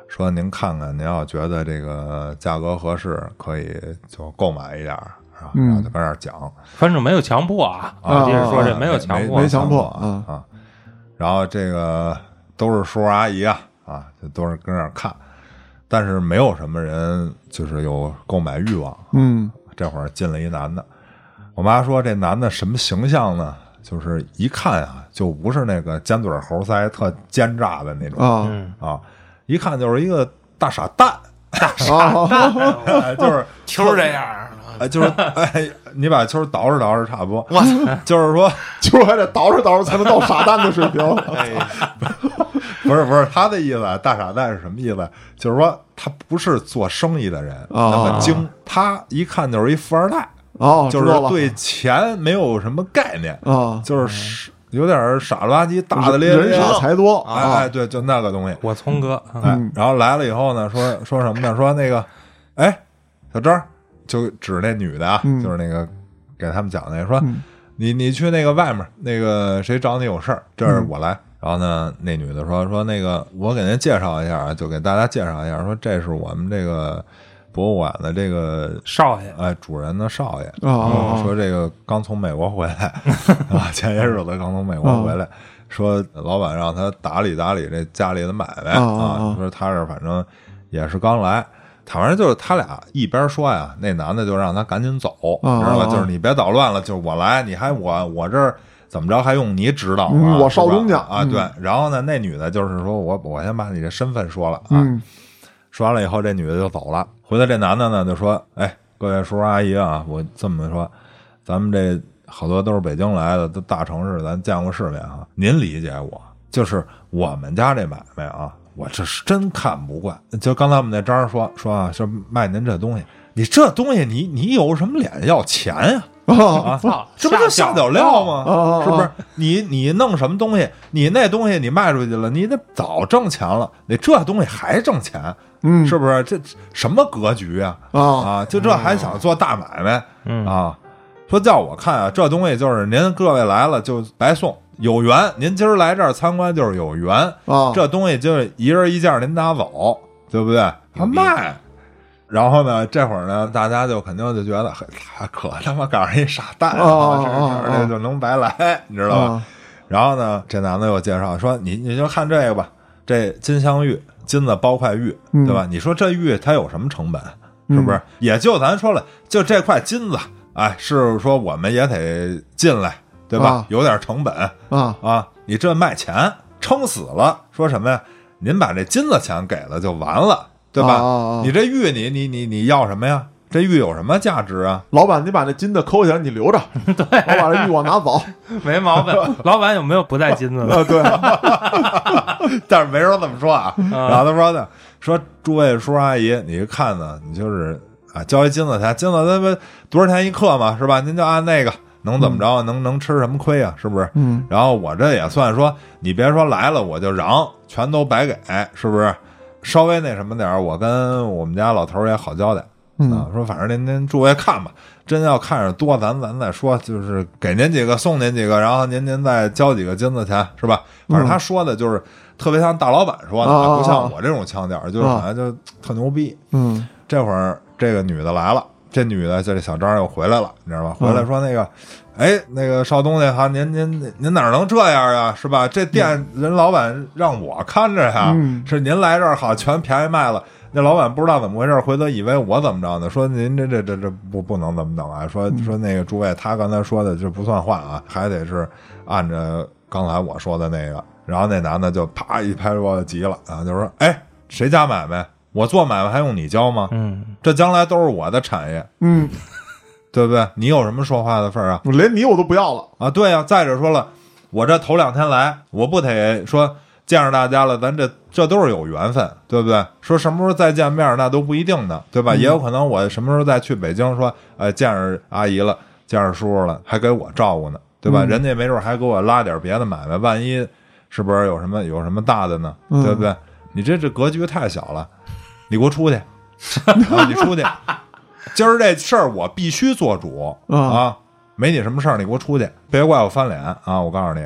Speaker 1: 说您看看，您要觉得这个价格合适，可以就购买一点儿，啊
Speaker 2: 嗯
Speaker 1: 然后就跟这儿讲，
Speaker 3: 反正没有强迫啊，
Speaker 2: 啊
Speaker 3: 我接着说
Speaker 2: 啊
Speaker 3: 这没有强迫
Speaker 2: 没，强迫
Speaker 1: 啊啊。然后这个都是叔叔阿姨啊啊，就都是跟这儿看，但是没有什么人就是有购买欲望。
Speaker 2: 嗯
Speaker 1: 这会儿进了一男的，我妈说这男的什么形象呢？就是一看啊，就不是那个尖嘴猴腮、特奸诈的那种
Speaker 2: 啊
Speaker 3: 嗯，
Speaker 1: 啊，一看就是一个大傻蛋，嗯
Speaker 2: 啊
Speaker 1: 哎就是
Speaker 4: 秋儿这样，
Speaker 1: 哎就是哎，你把球捯饬捯饬差不多，
Speaker 4: 我操，
Speaker 1: 就是说
Speaker 2: 就是还得捯饬捯饬才能到傻蛋的水平。
Speaker 1: 哎不是不是他的意思，大傻蛋是什么意思？就是说他不是做生意的人那么精，他一看就是一富二代，
Speaker 2: 哦，
Speaker 1: 就
Speaker 2: 知道
Speaker 1: 是
Speaker 2: 了
Speaker 1: 对钱没有什么概念，
Speaker 2: 啊，
Speaker 1: 就是有点傻了吧唧、大大咧咧
Speaker 2: 人，傻财多
Speaker 1: 哎哎，
Speaker 2: 啊
Speaker 1: 对，就那个东西。
Speaker 3: 我聪哥，啊
Speaker 1: 哎，然后来了以后呢，说说什么呢？说那个，哎，小张，就指那女的啊，就是那个给他们讲的，说、你你去那个外面，那个谁找你有事儿，这儿我来。然后呢，那女的说说那个，我给您介绍一下啊，就给大家介绍一下，说这是我们这个博物馆的这个
Speaker 3: 少爷，
Speaker 1: 哎主人的少爷。
Speaker 2: 哦
Speaker 1: 嗯说这个刚从美国回来啊， 前些日子刚从美国回来，说老板让他打理打理这家里的买卖
Speaker 2: 哦哦
Speaker 1: 啊，
Speaker 2: 哦
Speaker 1: 说他是反正也是刚来。反正就是他俩一边说呀，那男的就让他赶紧走，
Speaker 2: 哦
Speaker 1: 知道吧？
Speaker 2: 哦
Speaker 1: 就是你别捣乱了，就是我来，你还我我这儿怎么着还用你指导啊？
Speaker 2: 嗯我
Speaker 1: 是吧
Speaker 2: 少东家
Speaker 1: 啊，对。然后呢，那女的就是说我我先把你这身份说了啊，
Speaker 2: 嗯
Speaker 1: 说完了以后，这女的就走了。回头这男的呢就说：“哎，各位叔叔阿姨啊，我这么说，咱们这好多都是北京来的，都大城市，咱见过世面
Speaker 2: 嗯
Speaker 1: 啊。您理解我，就是我们家这买卖啊，我这是真看不惯。就刚才我们那张儿说说啊，说卖您这东西，你这东西你你有什么脸要钱呀、
Speaker 2: 啊
Speaker 1: 啊，
Speaker 3: 操
Speaker 1: 这不就下脚料吗？
Speaker 2: 哦哦哦
Speaker 1: 是不是？你你弄什么东西？你那东西你卖出去了，你得早挣钱了，你这东西还挣钱，
Speaker 2: 嗯
Speaker 1: 是不是？这什么格局啊？
Speaker 2: 啊
Speaker 1: 啊，就这还想做大买卖、
Speaker 3: 嗯
Speaker 1: 啊？说叫我看啊，这东西就是您各位来了就白送，有缘。您今儿来这儿参观就是有缘，
Speaker 2: 啊，
Speaker 1: 这东西就是一人一件，您拿走，对不对？他卖。然后呢，这会儿呢，大家就肯定就觉得，嘿，他可他妈赶上一傻蛋啊
Speaker 2: 哦哦
Speaker 1: 这
Speaker 2: 哦哦
Speaker 1: 这这就能白来，你知道吧？
Speaker 2: 啊
Speaker 1: 然后呢，这男的又介绍说，你你就看这个吧，这金镶玉，金子包块玉，
Speaker 2: 嗯
Speaker 1: 对吧？你说这玉它有什么成本？啊是不是？也就咱说了，就这块金子，哎，是说我们也得进来，对吧？
Speaker 2: 啊
Speaker 1: 有点成本，
Speaker 2: 啊
Speaker 1: 啊，你这卖钱撑死了，说什么呀？您把这金子钱给了就完了，对吧？
Speaker 2: 啊啊啊
Speaker 1: 你这玉你，你你你要什么呀？这玉有什么价值啊？
Speaker 2: 老板，你把那金的抠下来，你留着，对，我把这玉我拿走。
Speaker 3: 没 毛病。老板有没有不带金子
Speaker 2: 啊
Speaker 3: 的？
Speaker 1: 啊 但是没人这么说啊。然后他说呢，说诸位叔叔阿姨，你看呢，你就是啊，交一金子钱，金子他妈多少钱一克嘛，是吧？您就按那个，能怎么着啊？能能吃什么亏啊？是不是？
Speaker 2: 嗯，
Speaker 1: 然后我这也算说，你别说来了我就嚷，全都白给，是不是？稍微那什么点儿，我跟我们家老头儿也好交代。啊，说反正您您诸位看吧，真要看着多，咱咱再说，就是给您几个送您几个，然后您您再交几个金子钱，是吧？反正他说的就是特别像大老板说的，
Speaker 2: 啊啊啊
Speaker 1: 不像我这种腔调，就是好像就特牛逼。
Speaker 2: 嗯
Speaker 1: 这会儿这个女的来了，这女的这小张又回来了，你知道吗？回来说那个，哎，那个少东家哈，您您您哪能这样啊，是吧？这店人老板让我看着呀，
Speaker 2: 嗯
Speaker 1: 是您来这儿好全便宜卖了。那老板不知道怎么回事，回头以为我怎么着呢？说您这这这这不不能怎么弄啊？说说那个诸位，他刚才说的这不算话啊，还得是按着刚才我说的那个。然后那男的就啪一拍桌子急了啊，就说：“哎，谁家买卖？我做买卖还用你教吗？
Speaker 3: 嗯，
Speaker 1: 这将来都是我的产业，
Speaker 2: 嗯，
Speaker 1: 对不对？你有什么说话的份儿啊？
Speaker 2: 我连你我都不要了。
Speaker 1: 啊，对呀、再者说了，我这头两天来，我不得说见着大家了，咱这这都是有缘分，对不对？说什么时候再见面，那都不一定呢，对吧？也有可能我什么时候再去北京说，呃，见着阿姨了，见着叔叔了，还给我照顾呢，对吧？人家没准还给我拉点别的买卖，万一是不是有什么有什么大的呢？对不对？你这这格局太小了，你给我出去，啊、你出去。今儿这事儿我必须做主
Speaker 2: 啊
Speaker 1: 啊！没你什么事儿，你给我出去，别怪我翻脸啊！我告诉你。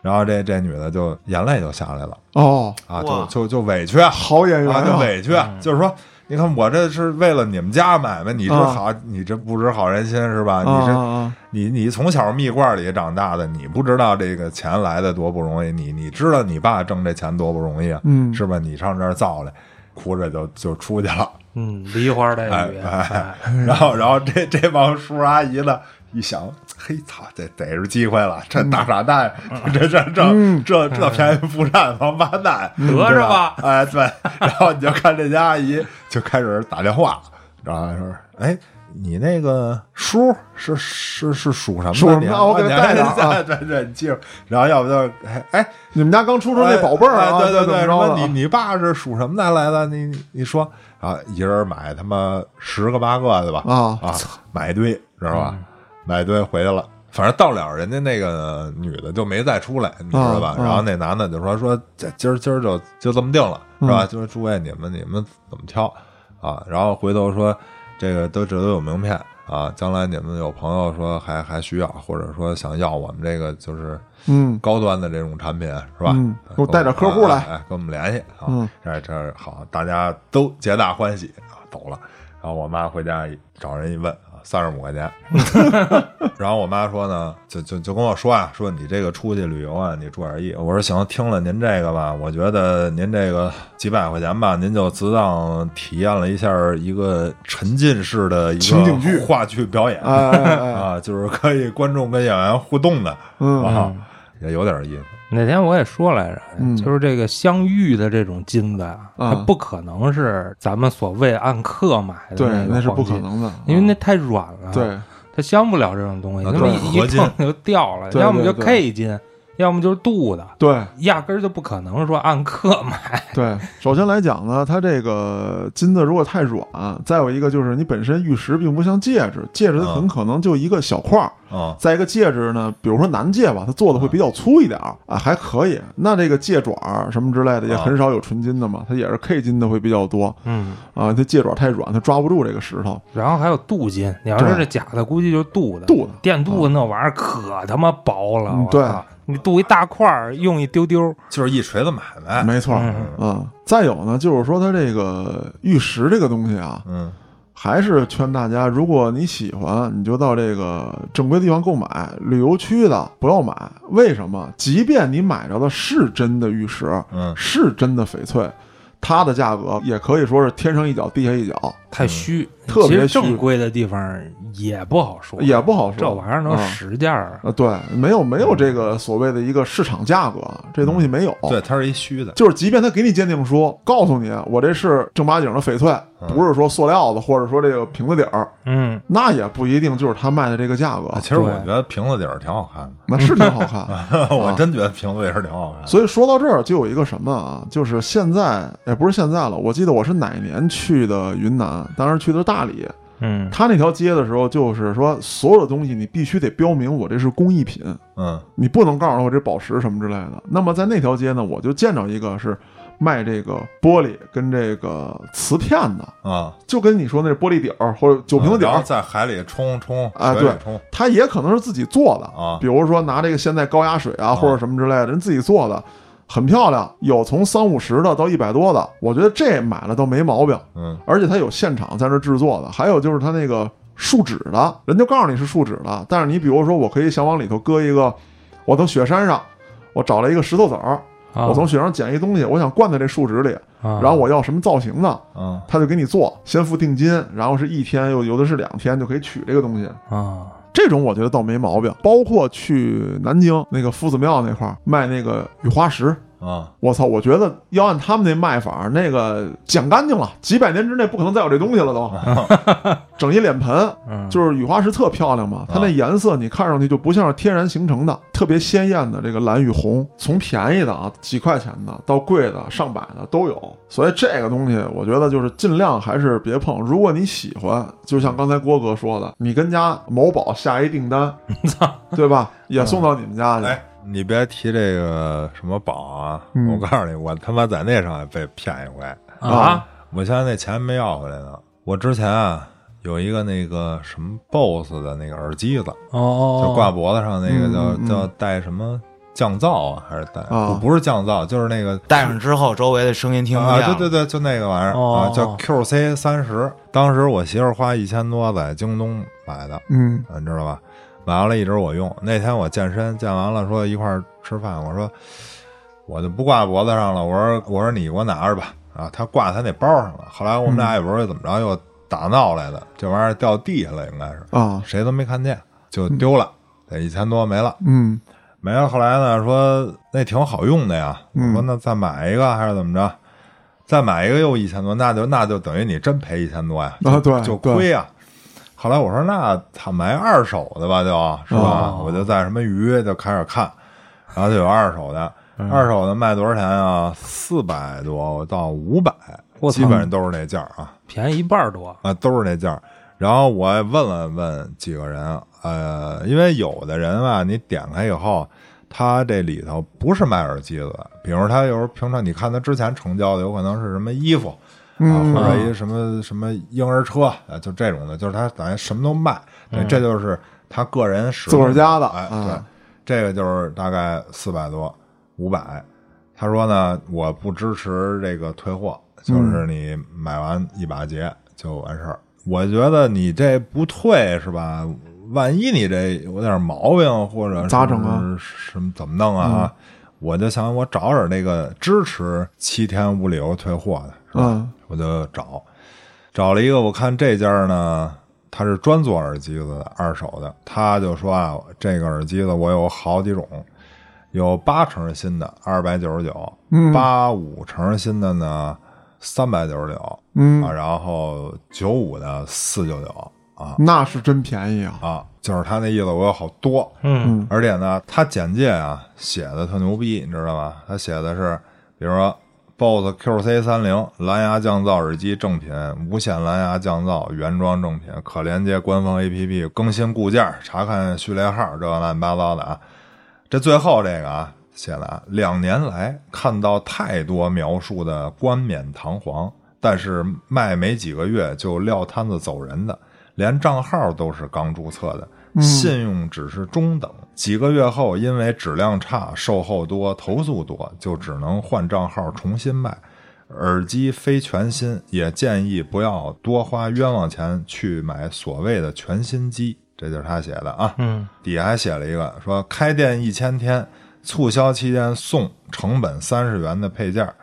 Speaker 1: 然后这这女的就眼泪就下来了
Speaker 2: 哦，
Speaker 1: 啊，
Speaker 4: 哇
Speaker 1: 就就就委屈啊，
Speaker 2: 好演员
Speaker 1: 就
Speaker 2: 啊，
Speaker 1: 委屈，就是说，你看我这是为了你们家买卖，你这
Speaker 2: 啊
Speaker 1: 好，你这不知哦好人心是吧？
Speaker 2: 啊
Speaker 1: 你这
Speaker 2: 啊
Speaker 1: 你你从小蜜罐里长大的，你不知道这个钱来的多不容易，你你知道你爸挣这钱多不容易啊，
Speaker 2: 嗯
Speaker 1: 是吧？你上这儿造来，哭着就就出去了，
Speaker 3: 嗯，梨花带雨，
Speaker 1: 哎 然后然后这这帮叔叔阿姨呢，一想，嘿，操，这逮着机会了，
Speaker 2: 嗯
Speaker 1: 这大傻蛋， 这这这这这便宜不占王八蛋，
Speaker 2: 嗯
Speaker 3: 得着吧
Speaker 1: 是哎，对，然后你就看这家阿姨就开始打电话，然后说，哎。你那个叔是是是属什么的？
Speaker 2: 属什么
Speaker 1: 你
Speaker 2: 的我给他带着啊
Speaker 1: 对对对，你记住。然后要不就哎哎，
Speaker 2: 你们家刚出生那宝贝儿
Speaker 1: 哎
Speaker 2: 啊，
Speaker 1: 对对对，
Speaker 2: 怎么
Speaker 1: 什
Speaker 2: 着
Speaker 1: 么
Speaker 2: 的
Speaker 1: 你你爸是属什么的来的？你你说啊，一人买他妈十个八个的吧？
Speaker 2: 啊嗯
Speaker 1: 啊，买一堆，知道吧？买一堆回去了。反正到了人家那个女的就没再出来，你知道吧？
Speaker 2: 啊
Speaker 1: 然后那男的就说说这今儿今儿就
Speaker 2: 嗯
Speaker 1: 就这么定了，是吧？就是诸位你们你们怎么挑啊？然后回头说这个都这都有名片啊。将来你们有朋友说还还需要，或者说想要我们这个就是
Speaker 2: 嗯，
Speaker 1: 高端的这种产品，是吧？
Speaker 2: 嗯
Speaker 1: 哎
Speaker 2: 给我带点客户来
Speaker 1: 哎哎，跟我们联系啊。
Speaker 2: 嗯
Speaker 1: 这这好，大家都皆大欢喜啊，走了。然后我妈回家一找人一问啊，三十五 块钱。然后我妈说呢，就就就跟我说啊，说你这个出去旅游啊，你注点意。我说行，听了您这个吧，我觉得您这个几百块钱吧，您就值当体验了一下一个沉浸式的一个
Speaker 2: 情景剧
Speaker 1: 话剧表演
Speaker 2: 哎哎哎，
Speaker 1: 啊，就是可以观众跟演员互动的
Speaker 2: 嗯，
Speaker 1: 啊，也有点意思。
Speaker 3: 那天我也说来着，
Speaker 2: 嗯
Speaker 3: 就是这个相遇的这种金子啊，
Speaker 2: 啊
Speaker 3: 它不可能是咱们所谓按克买的
Speaker 2: 对，
Speaker 3: 那
Speaker 2: 那
Speaker 3: 个
Speaker 2: 是不
Speaker 3: 黄
Speaker 2: 可
Speaker 3: 金，
Speaker 2: 能的，啊
Speaker 3: 因为那太软了，，
Speaker 2: 对
Speaker 3: 它镶不了这种东西，
Speaker 1: 啊
Speaker 3: 那么
Speaker 1: 对
Speaker 3: 一
Speaker 1: 合
Speaker 3: 一
Speaker 1: 金
Speaker 3: 碰就掉了，
Speaker 2: 对
Speaker 3: 要么
Speaker 2: 对
Speaker 3: 就
Speaker 2: 对
Speaker 3: K 金，要么就是镀的，
Speaker 2: 对
Speaker 3: 压根儿就不可能说按克买，
Speaker 2: 对。首先来讲呢，它这个金子如果太软，再有一个就是你本身玉石并不像戒指，戒指它
Speaker 1: 嗯
Speaker 2: 很可能就一个小块儿。
Speaker 1: 啊
Speaker 2: 再一个戒指呢，比如说男戒吧，它做的会比较粗一点儿啊，还可以。那这个戒爪儿什么之类的也
Speaker 1: 啊
Speaker 2: 很少有纯金的嘛，它也是 K 金的会比较多
Speaker 3: 嗯。
Speaker 2: 啊。它戒爪太软，它抓不住这个石头。
Speaker 3: 然后还有镀金，你要说
Speaker 2: 对
Speaker 3: 这假的，估计就是镀的。
Speaker 2: 镀的
Speaker 3: 电镀那玩意儿可他妈薄了，
Speaker 2: 嗯
Speaker 3: 我操！你镀一大块儿，用一丢丢，
Speaker 1: 就是一锤子买卖。
Speaker 2: 没错儿，
Speaker 3: 嗯
Speaker 2: 嗯。再有呢，就是说它这个玉石这个东西啊，
Speaker 1: 嗯
Speaker 2: 还是劝大家，如果你喜欢，你就到这个正规地方购买，旅游区的不要买。为什么？即便你买着的是真的玉石，
Speaker 1: 嗯，
Speaker 2: 是真的翡翠，它的价格也可以说是天上一脚地下一脚，
Speaker 3: 太虚。
Speaker 2: 嗯特别虚
Speaker 3: 其实正规的地方也不好说，
Speaker 2: 也不好说。
Speaker 3: 这玩意儿能
Speaker 2: 啊
Speaker 3: 实价儿啊。
Speaker 2: 啊，对，没有没有这个所谓的一个市场价格，这东西没有。
Speaker 1: 对，，它是一虚的。
Speaker 2: 就是即便他给你鉴定书，告诉你啊我这是正八经的翡翠，不是说塑料的，或者说这个瓶子底儿，
Speaker 3: 嗯，
Speaker 2: 那也不一定就是他卖的这个价格。
Speaker 1: 啊其实我觉
Speaker 3: 对
Speaker 1: 得瓶子底儿挺好看的，
Speaker 2: 那是挺好看。
Speaker 1: 我真觉得瓶子底儿挺好看的。
Speaker 2: 所以说到这儿，就有一个什么啊，就是现在也不是现在了，我记得我是哪年去的云南，当时去的大理，
Speaker 3: 嗯，
Speaker 2: 他那条街的时候，就是说所有的东西你必须得标明我这是工艺品，
Speaker 1: 嗯
Speaker 2: 你不能告诉我这宝石什么之类的。那么在那条街呢，我就见着一个是卖这个玻璃跟这个瓷片的，
Speaker 1: 啊，
Speaker 2: 就跟你说那玻璃底儿或者酒瓶子底
Speaker 1: 然后
Speaker 2: 儿，
Speaker 1: 在海里冲冲，
Speaker 2: 啊
Speaker 1: 水里
Speaker 2: 对
Speaker 1: 冲，
Speaker 2: 它也可能是自己做的
Speaker 1: 啊
Speaker 2: 比如说拿这个现在高压水啊或者什么之类的，人自己做的。很漂亮，有从三五十的到一百多的，我觉得这买了都没毛病。
Speaker 1: 嗯
Speaker 2: 而且它有现场在那制作的，还有就是它那个树脂的，人就告诉你是树脂的，但是你比如说，我可以想往里头搁一个，我从雪山上，我找了一个石头子儿，
Speaker 3: 啊
Speaker 2: 我从雪上捡一东西，我想灌在这树脂里，
Speaker 3: 啊
Speaker 2: 然后我要什么造型呢？
Speaker 1: 啊
Speaker 2: 他就给你做，先付定金，然后是一天，又有的是两天就可以取这个东西。
Speaker 3: 啊，
Speaker 2: 这种我觉得倒没毛病，包括去南京那个夫子庙那块儿卖那个雨花石，
Speaker 1: 啊，
Speaker 2: 我操！我觉得要按他们那卖法，那个讲干净了，几百年之内不可能再有这东西了都。整一脸盆，
Speaker 3: 嗯，
Speaker 2: 就是雨花石特漂亮嘛，它那
Speaker 1: 啊
Speaker 2: 颜色你看上去就不像是天然形成的，特别鲜艳的这个蓝与红，从便宜的啊几块钱的到贵的上百的都有。所以这个东西，我觉得就是尽量还是别碰。如果你喜欢，就像刚才郭哥说的，你跟家某宝下一订 单，对吧？也送到你们家去。
Speaker 1: 嗯哎。你别提这个什么宝啊！
Speaker 2: 嗯
Speaker 1: 我告诉你，我他妈在那上也被骗一回，
Speaker 3: 啊，
Speaker 1: 我现在那钱没要回来呢。我之前啊有一个那个什么 BOSS 的那个耳机子，
Speaker 3: 哦哦，
Speaker 1: 就挂脖子上那个叫、
Speaker 2: 嗯嗯嗯
Speaker 1: 叫带什么降噪啊，还是带、
Speaker 2: 啊
Speaker 1: 不不是降噪，就是那个
Speaker 4: 戴上之后，周围的声音听不
Speaker 1: 啊，
Speaker 4: 见
Speaker 1: 对
Speaker 4: 了。
Speaker 1: 对对，就那个玩意儿、啊，
Speaker 3: 哦
Speaker 1: 叫 QC 三十。当时我媳妇儿花一千多在京东买的，
Speaker 2: 嗯
Speaker 1: 啊你知道吧？买完了一直我用。那天我健身，健完了说一块儿吃饭，我说我就不挂脖子上了，我说我说你给我拿着吧，啊，他挂他那包上了。后来我们俩也不知道怎么着又打闹来的，这玩意儿掉地下了，应该是
Speaker 2: 啊
Speaker 1: 谁都没看见，就丢了，这一千多没了。
Speaker 2: 嗯
Speaker 1: 没了。后来呢，说那挺好用的呀，
Speaker 2: 嗯
Speaker 1: 我说那再买一个还是怎么着？再买一个又一千多，那就那就等于你真赔一千多呀，
Speaker 2: 啊对
Speaker 1: 就
Speaker 2: 对
Speaker 1: 亏呀。后来我说那他买二手的吧，就是吧？
Speaker 3: 哦
Speaker 1: 我就在什么鱼就开始看，然后就有二手的，
Speaker 2: 嗯
Speaker 1: 二手的卖多少钱啊？四百多到五百
Speaker 3: 我，操
Speaker 1: 基本上都是那价儿啊。
Speaker 3: 便宜一半儿多，
Speaker 1: 啊，都是那价儿。然后我也问了问几个人，呃，因为有的人啊，你点开以后，他这里头不是卖耳机的，比如他有时候平常你看他之前成交的，有可能是什么衣服，
Speaker 2: 嗯
Speaker 1: 啊，或者一什么什么婴儿车啊，就这种的，就是他等于什么都卖，对，这就是他个人使
Speaker 2: 嗯自个儿家的
Speaker 1: 哎，
Speaker 2: 啊
Speaker 1: 对，这个就是大概四百多五百。他说呢，我不支持这个退货，
Speaker 2: 嗯
Speaker 1: 就是你买完一把结就完事儿。我觉得你这不退是吧？万一你这有点毛病或者是
Speaker 2: 咋整啊？嗯
Speaker 1: 什么怎么弄啊？我就想我找找这个支持七天无理由退货的，是吧？
Speaker 2: 嗯
Speaker 1: 我就找，找了一个，我看这家呢，他是专做耳机子的，二手的，他就说啊，这个耳机子我有好几种，有八成是新的，二百九十九，
Speaker 2: 嗯
Speaker 1: 八五成是新的呢，三百九十九，啊，
Speaker 2: 嗯，
Speaker 1: 然后九五的四九九，啊
Speaker 2: 那是真便宜啊，
Speaker 1: 啊，就是他那意思，我有好多，
Speaker 3: 嗯
Speaker 2: 嗯
Speaker 1: 而且呢，他简介啊写的特牛逼，你知道吗？他写的是，比如说 BOSS QC 三零蓝牙降噪耳机正品，无线蓝牙降噪原装正品，可连接官方 APP 更新固件，查看序列号，这个乱七八糟的啊。这最后这个啊写的啊，两年来看到太多描述的冠冕堂皇，但是卖没几个月就撂摊子走人的，连账号都是刚注册的，
Speaker 2: 嗯
Speaker 1: 信用只是中等。几个月后，因为质量差、售后多、投诉多，就只能换账号重新卖。耳机非全新，也建议不要多花冤枉钱去买所谓的全新机。这就是他写的啊。
Speaker 3: 嗯，
Speaker 1: 底下还写了一个说开店一千天，促销期间送成本三十元的配件儿。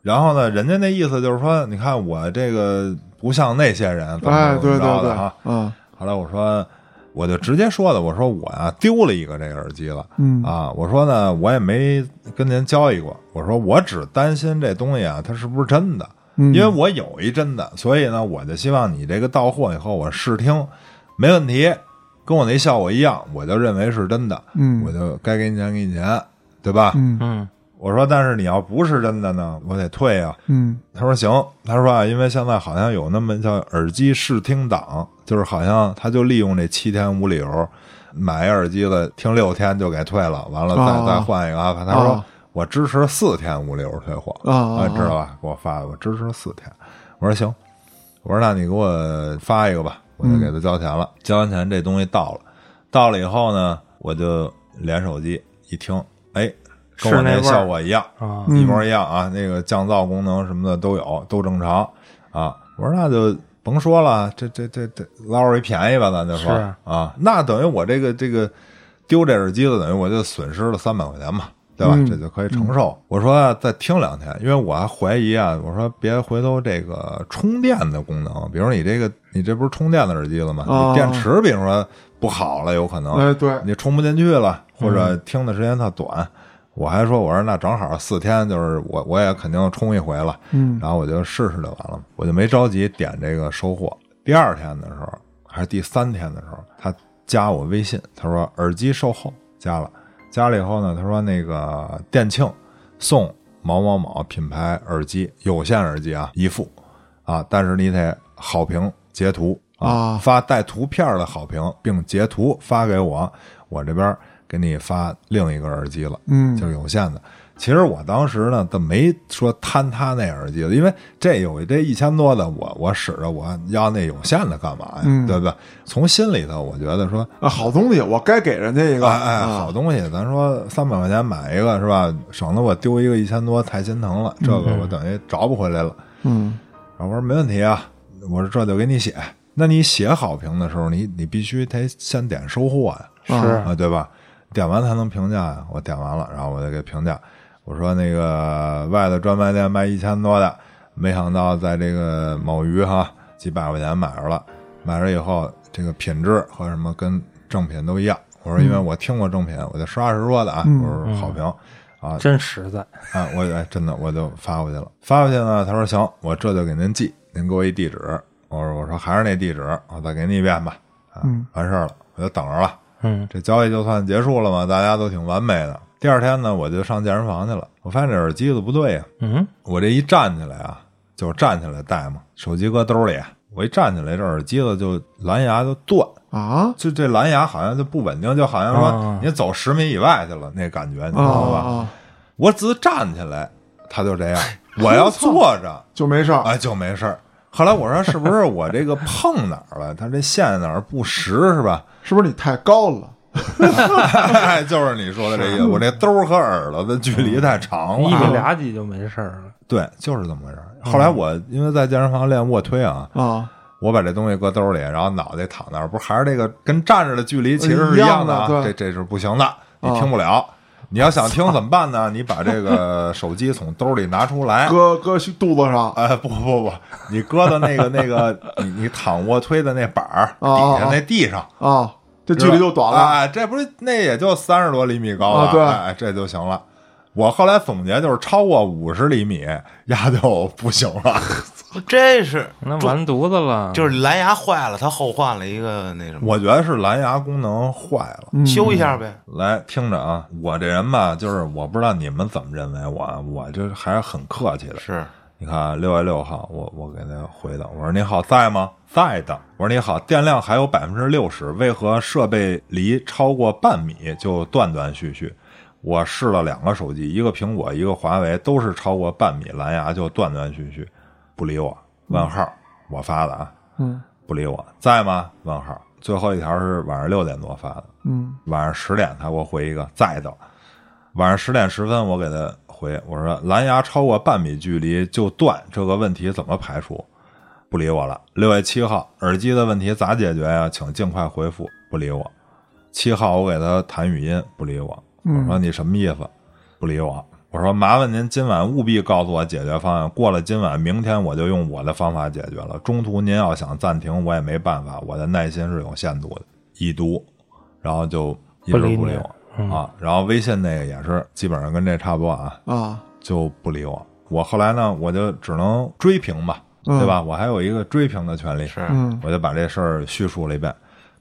Speaker 1: 然后呢，人家那意思就是说，你看我这个不像那些人，怎
Speaker 2: 哎
Speaker 1: 么，怎
Speaker 2: 对
Speaker 1: 么
Speaker 2: 对
Speaker 1: 着
Speaker 2: 对
Speaker 1: 的啊哈。，
Speaker 2: 嗯
Speaker 1: 后来我说，我就直接说的，我说我呀、丢了一个这个耳机了。
Speaker 2: 嗯
Speaker 1: 啊，我说呢，我也没跟您交易过，我说我只担心这东西啊，它是不是真的，
Speaker 2: 嗯
Speaker 1: 因为我有一真的，所以呢，我就希望你这个到货以后我试听，没问题，跟我那效果一样，我就认为是真的，
Speaker 2: 嗯
Speaker 1: 我就该给你钱给你钱，对吧？
Speaker 2: 嗯
Speaker 3: 嗯
Speaker 1: 我说，但是你要不是真的呢，我得退啊。
Speaker 2: 嗯
Speaker 1: 他说行，他说啊，因为现在好像有那么叫耳机试听档，就是好像他就利用这七天无理由买耳机了，听六天就给退了，完了再、
Speaker 2: 啊
Speaker 1: 再换一个啊。他说、
Speaker 2: 啊
Speaker 1: 我支持四天无理由退货
Speaker 2: 啊啊啊
Speaker 1: 知道吧？给我发的，我支持四天。我说行，我说那你给我发一个吧，我就给他交钱了。交完钱这东西到了，到了以后呢，我就连手机一听，哎，跟我
Speaker 3: 是那味儿
Speaker 1: 效果一样。
Speaker 3: 啊，
Speaker 1: 一模一样啊，那个降噪功能什么的都有，都正常啊。我说那就甭说了，这这这这捞着一便宜吧，咱就说
Speaker 3: 是
Speaker 1: 啊，那等于我这个这个丢这耳机了，等于我就损失了三百块钱嘛，对吧？
Speaker 2: 嗯
Speaker 1: 这就可以承受。我说啊再听两天，因为我还怀疑啊，我说别回头这个充电的功能，比如你这个你这不是充电的耳机了吗？
Speaker 2: 哦
Speaker 1: 你电池比如说不好了，有可能，
Speaker 2: 哎对，
Speaker 1: 啊你充不进去了，或者听的时间太短。我还说，我说那正好四天，就是我我也肯定充一回了，
Speaker 2: 嗯
Speaker 1: 然后我就试试就完了，我就没着急点这个收货。第二天的时候，还是第三天的时候，他加我微信，他说耳机售后加了，加了以后呢，他说那个店庆送某某某品牌耳机有线耳机啊一副啊，但是你得好评截图
Speaker 2: 啊
Speaker 1: 发带图片的好评，并截图发给我，我这边给你发另一个耳机了，
Speaker 2: 嗯
Speaker 1: 就是有线的。其实我当时呢，倒没说贪他那耳机了，因为这有这一千多的，我我使着我要那有线的干嘛呀？
Speaker 2: 嗯
Speaker 1: 对不对？从心里头，我觉得说，
Speaker 2: 啊，好东西我该给人家一个，
Speaker 1: 哎哎，
Speaker 2: 啊
Speaker 1: 好东西，咱说三百块钱买一个是吧？省得我丢一个一千多，太心疼了。这个我等于找不回来了。
Speaker 2: 嗯
Speaker 1: 然后我说没问题啊，我说这就给你写。那你写好评的时候，你你必须得先点收货呀、
Speaker 3: 是
Speaker 1: 啊，对吧？点完才能评价呀。我点完了，然后我就给评价，我说那个外头专卖店卖一千多的，没想到在这个某鱼哈几百块钱买着了，买着以后这个品质和什么跟正品都一样。我说因为我听过正品，我就实话实说的啊，
Speaker 2: 嗯
Speaker 1: 我说好评。啊
Speaker 3: 真实在，
Speaker 1: 啊，我哎真的我就发过去了，发过去呢，他说行，我这就给您寄，您给我一地址，我说我说还是那地址，我再给你一遍吧，啊，
Speaker 2: 嗯
Speaker 1: 完事儿了，我就等着了，
Speaker 3: 嗯
Speaker 1: 这交易就算结束了嘛，大家都挺完美的。第二天呢，我就上健身房去了，我发现这耳机子不对呀、
Speaker 3: 嗯
Speaker 1: 我这一站起来啊，就是站起来戴嘛，手机搁兜里，啊我一站起来，这耳机子就蓝牙就断，
Speaker 2: 啊
Speaker 1: 就这蓝牙好像就不稳定，就好像说
Speaker 3: 啊
Speaker 1: 你走十米以外去了那感觉，你知
Speaker 2: 啊
Speaker 1: 道吧？
Speaker 2: 啊
Speaker 1: 我只站起来，他就这样，我要坐着，
Speaker 2: 就没事儿。
Speaker 1: 哎，就没事儿。后来我说是不是我这个碰哪儿了？它这线哪儿不实是吧？
Speaker 2: 是不是你太高了？
Speaker 1: 哎就是你说的这意思，我这兜儿和耳朵的距离太长
Speaker 2: 嗯
Speaker 3: 一米
Speaker 1: 了。
Speaker 3: 俩几就没事儿了。
Speaker 1: 对，就是这么回事儿。后来我因为在健身房练卧推啊，
Speaker 2: 啊？
Speaker 1: 我把这东西搁兜里，然后脑袋躺那儿，不是还是这个跟站着的距离其实是
Speaker 2: 呃一
Speaker 1: 样
Speaker 2: 样的
Speaker 1: 啊？
Speaker 2: 对哦
Speaker 1: 这这是不行的，你听不了。你要想听怎么办呢？你把这个手机从兜里拿出来，
Speaker 2: 搁搁肚子上
Speaker 1: 哎，不不不，你搁到那个那个你你躺卧推的那板儿
Speaker 2: 哦哦
Speaker 1: 底下那地上，
Speaker 2: 啊，这距离就短
Speaker 1: 是吧
Speaker 2: 了。
Speaker 1: 哎，这不是那也就三十多厘米高了，
Speaker 2: 啊对
Speaker 1: 哎，这就行了。我后来总结就是，超过五十厘米，丫就不行了。
Speaker 4: 这是
Speaker 3: 那完犊子了，
Speaker 4: 就是蓝牙坏了，他后换了一个那什么，
Speaker 1: 我觉得是蓝牙功能坏了。
Speaker 2: 嗯
Speaker 4: 修一下呗。
Speaker 1: 来听着啊，我这人吧，就是我不知道你们怎么认为我啊，我这还是很客气的。
Speaker 4: 是
Speaker 1: 你看啊，六月六号，我我给他回的，我说你好，在吗？在的。我说你好，电量还有百分之六十，为何设备离超过半米就断断续续？我试了两个手机，一个苹果，一个华为，都是超过半米蓝牙就断断续续，不理我。问号，我发的啊，
Speaker 2: 嗯
Speaker 1: 不理我，在吗？问号。最后一条是晚上六点多发的，
Speaker 2: 嗯
Speaker 1: 晚上十点他给我回一个在的，晚上十点十分我给他回我说蓝牙超过半米距离就断，这个问题怎么排除？不理我了。六月七号耳机的问题咋解决呀、请尽快回复，不理我。七号我给他弹语音，不理我。
Speaker 3: 嗯
Speaker 1: 我说你什么意思？不理我。我说麻烦您今晚务必告诉我解决方案。过了今晚，明天我就用我的方法解决了。中途您要想暂停，我也没办法，我的耐心是有限度的。已读，然后就一直
Speaker 3: 不理你
Speaker 1: 不理我、
Speaker 3: 嗯
Speaker 1: 啊。然后微信那个也是基本上跟这差不多啊，
Speaker 2: 啊，
Speaker 1: 就不理我。我后来呢，我就只能追评吧，
Speaker 2: 嗯
Speaker 1: 对吧？我还有一个追评的权利，
Speaker 4: 是，
Speaker 2: 嗯
Speaker 1: 我就把这事儿叙述了一遍。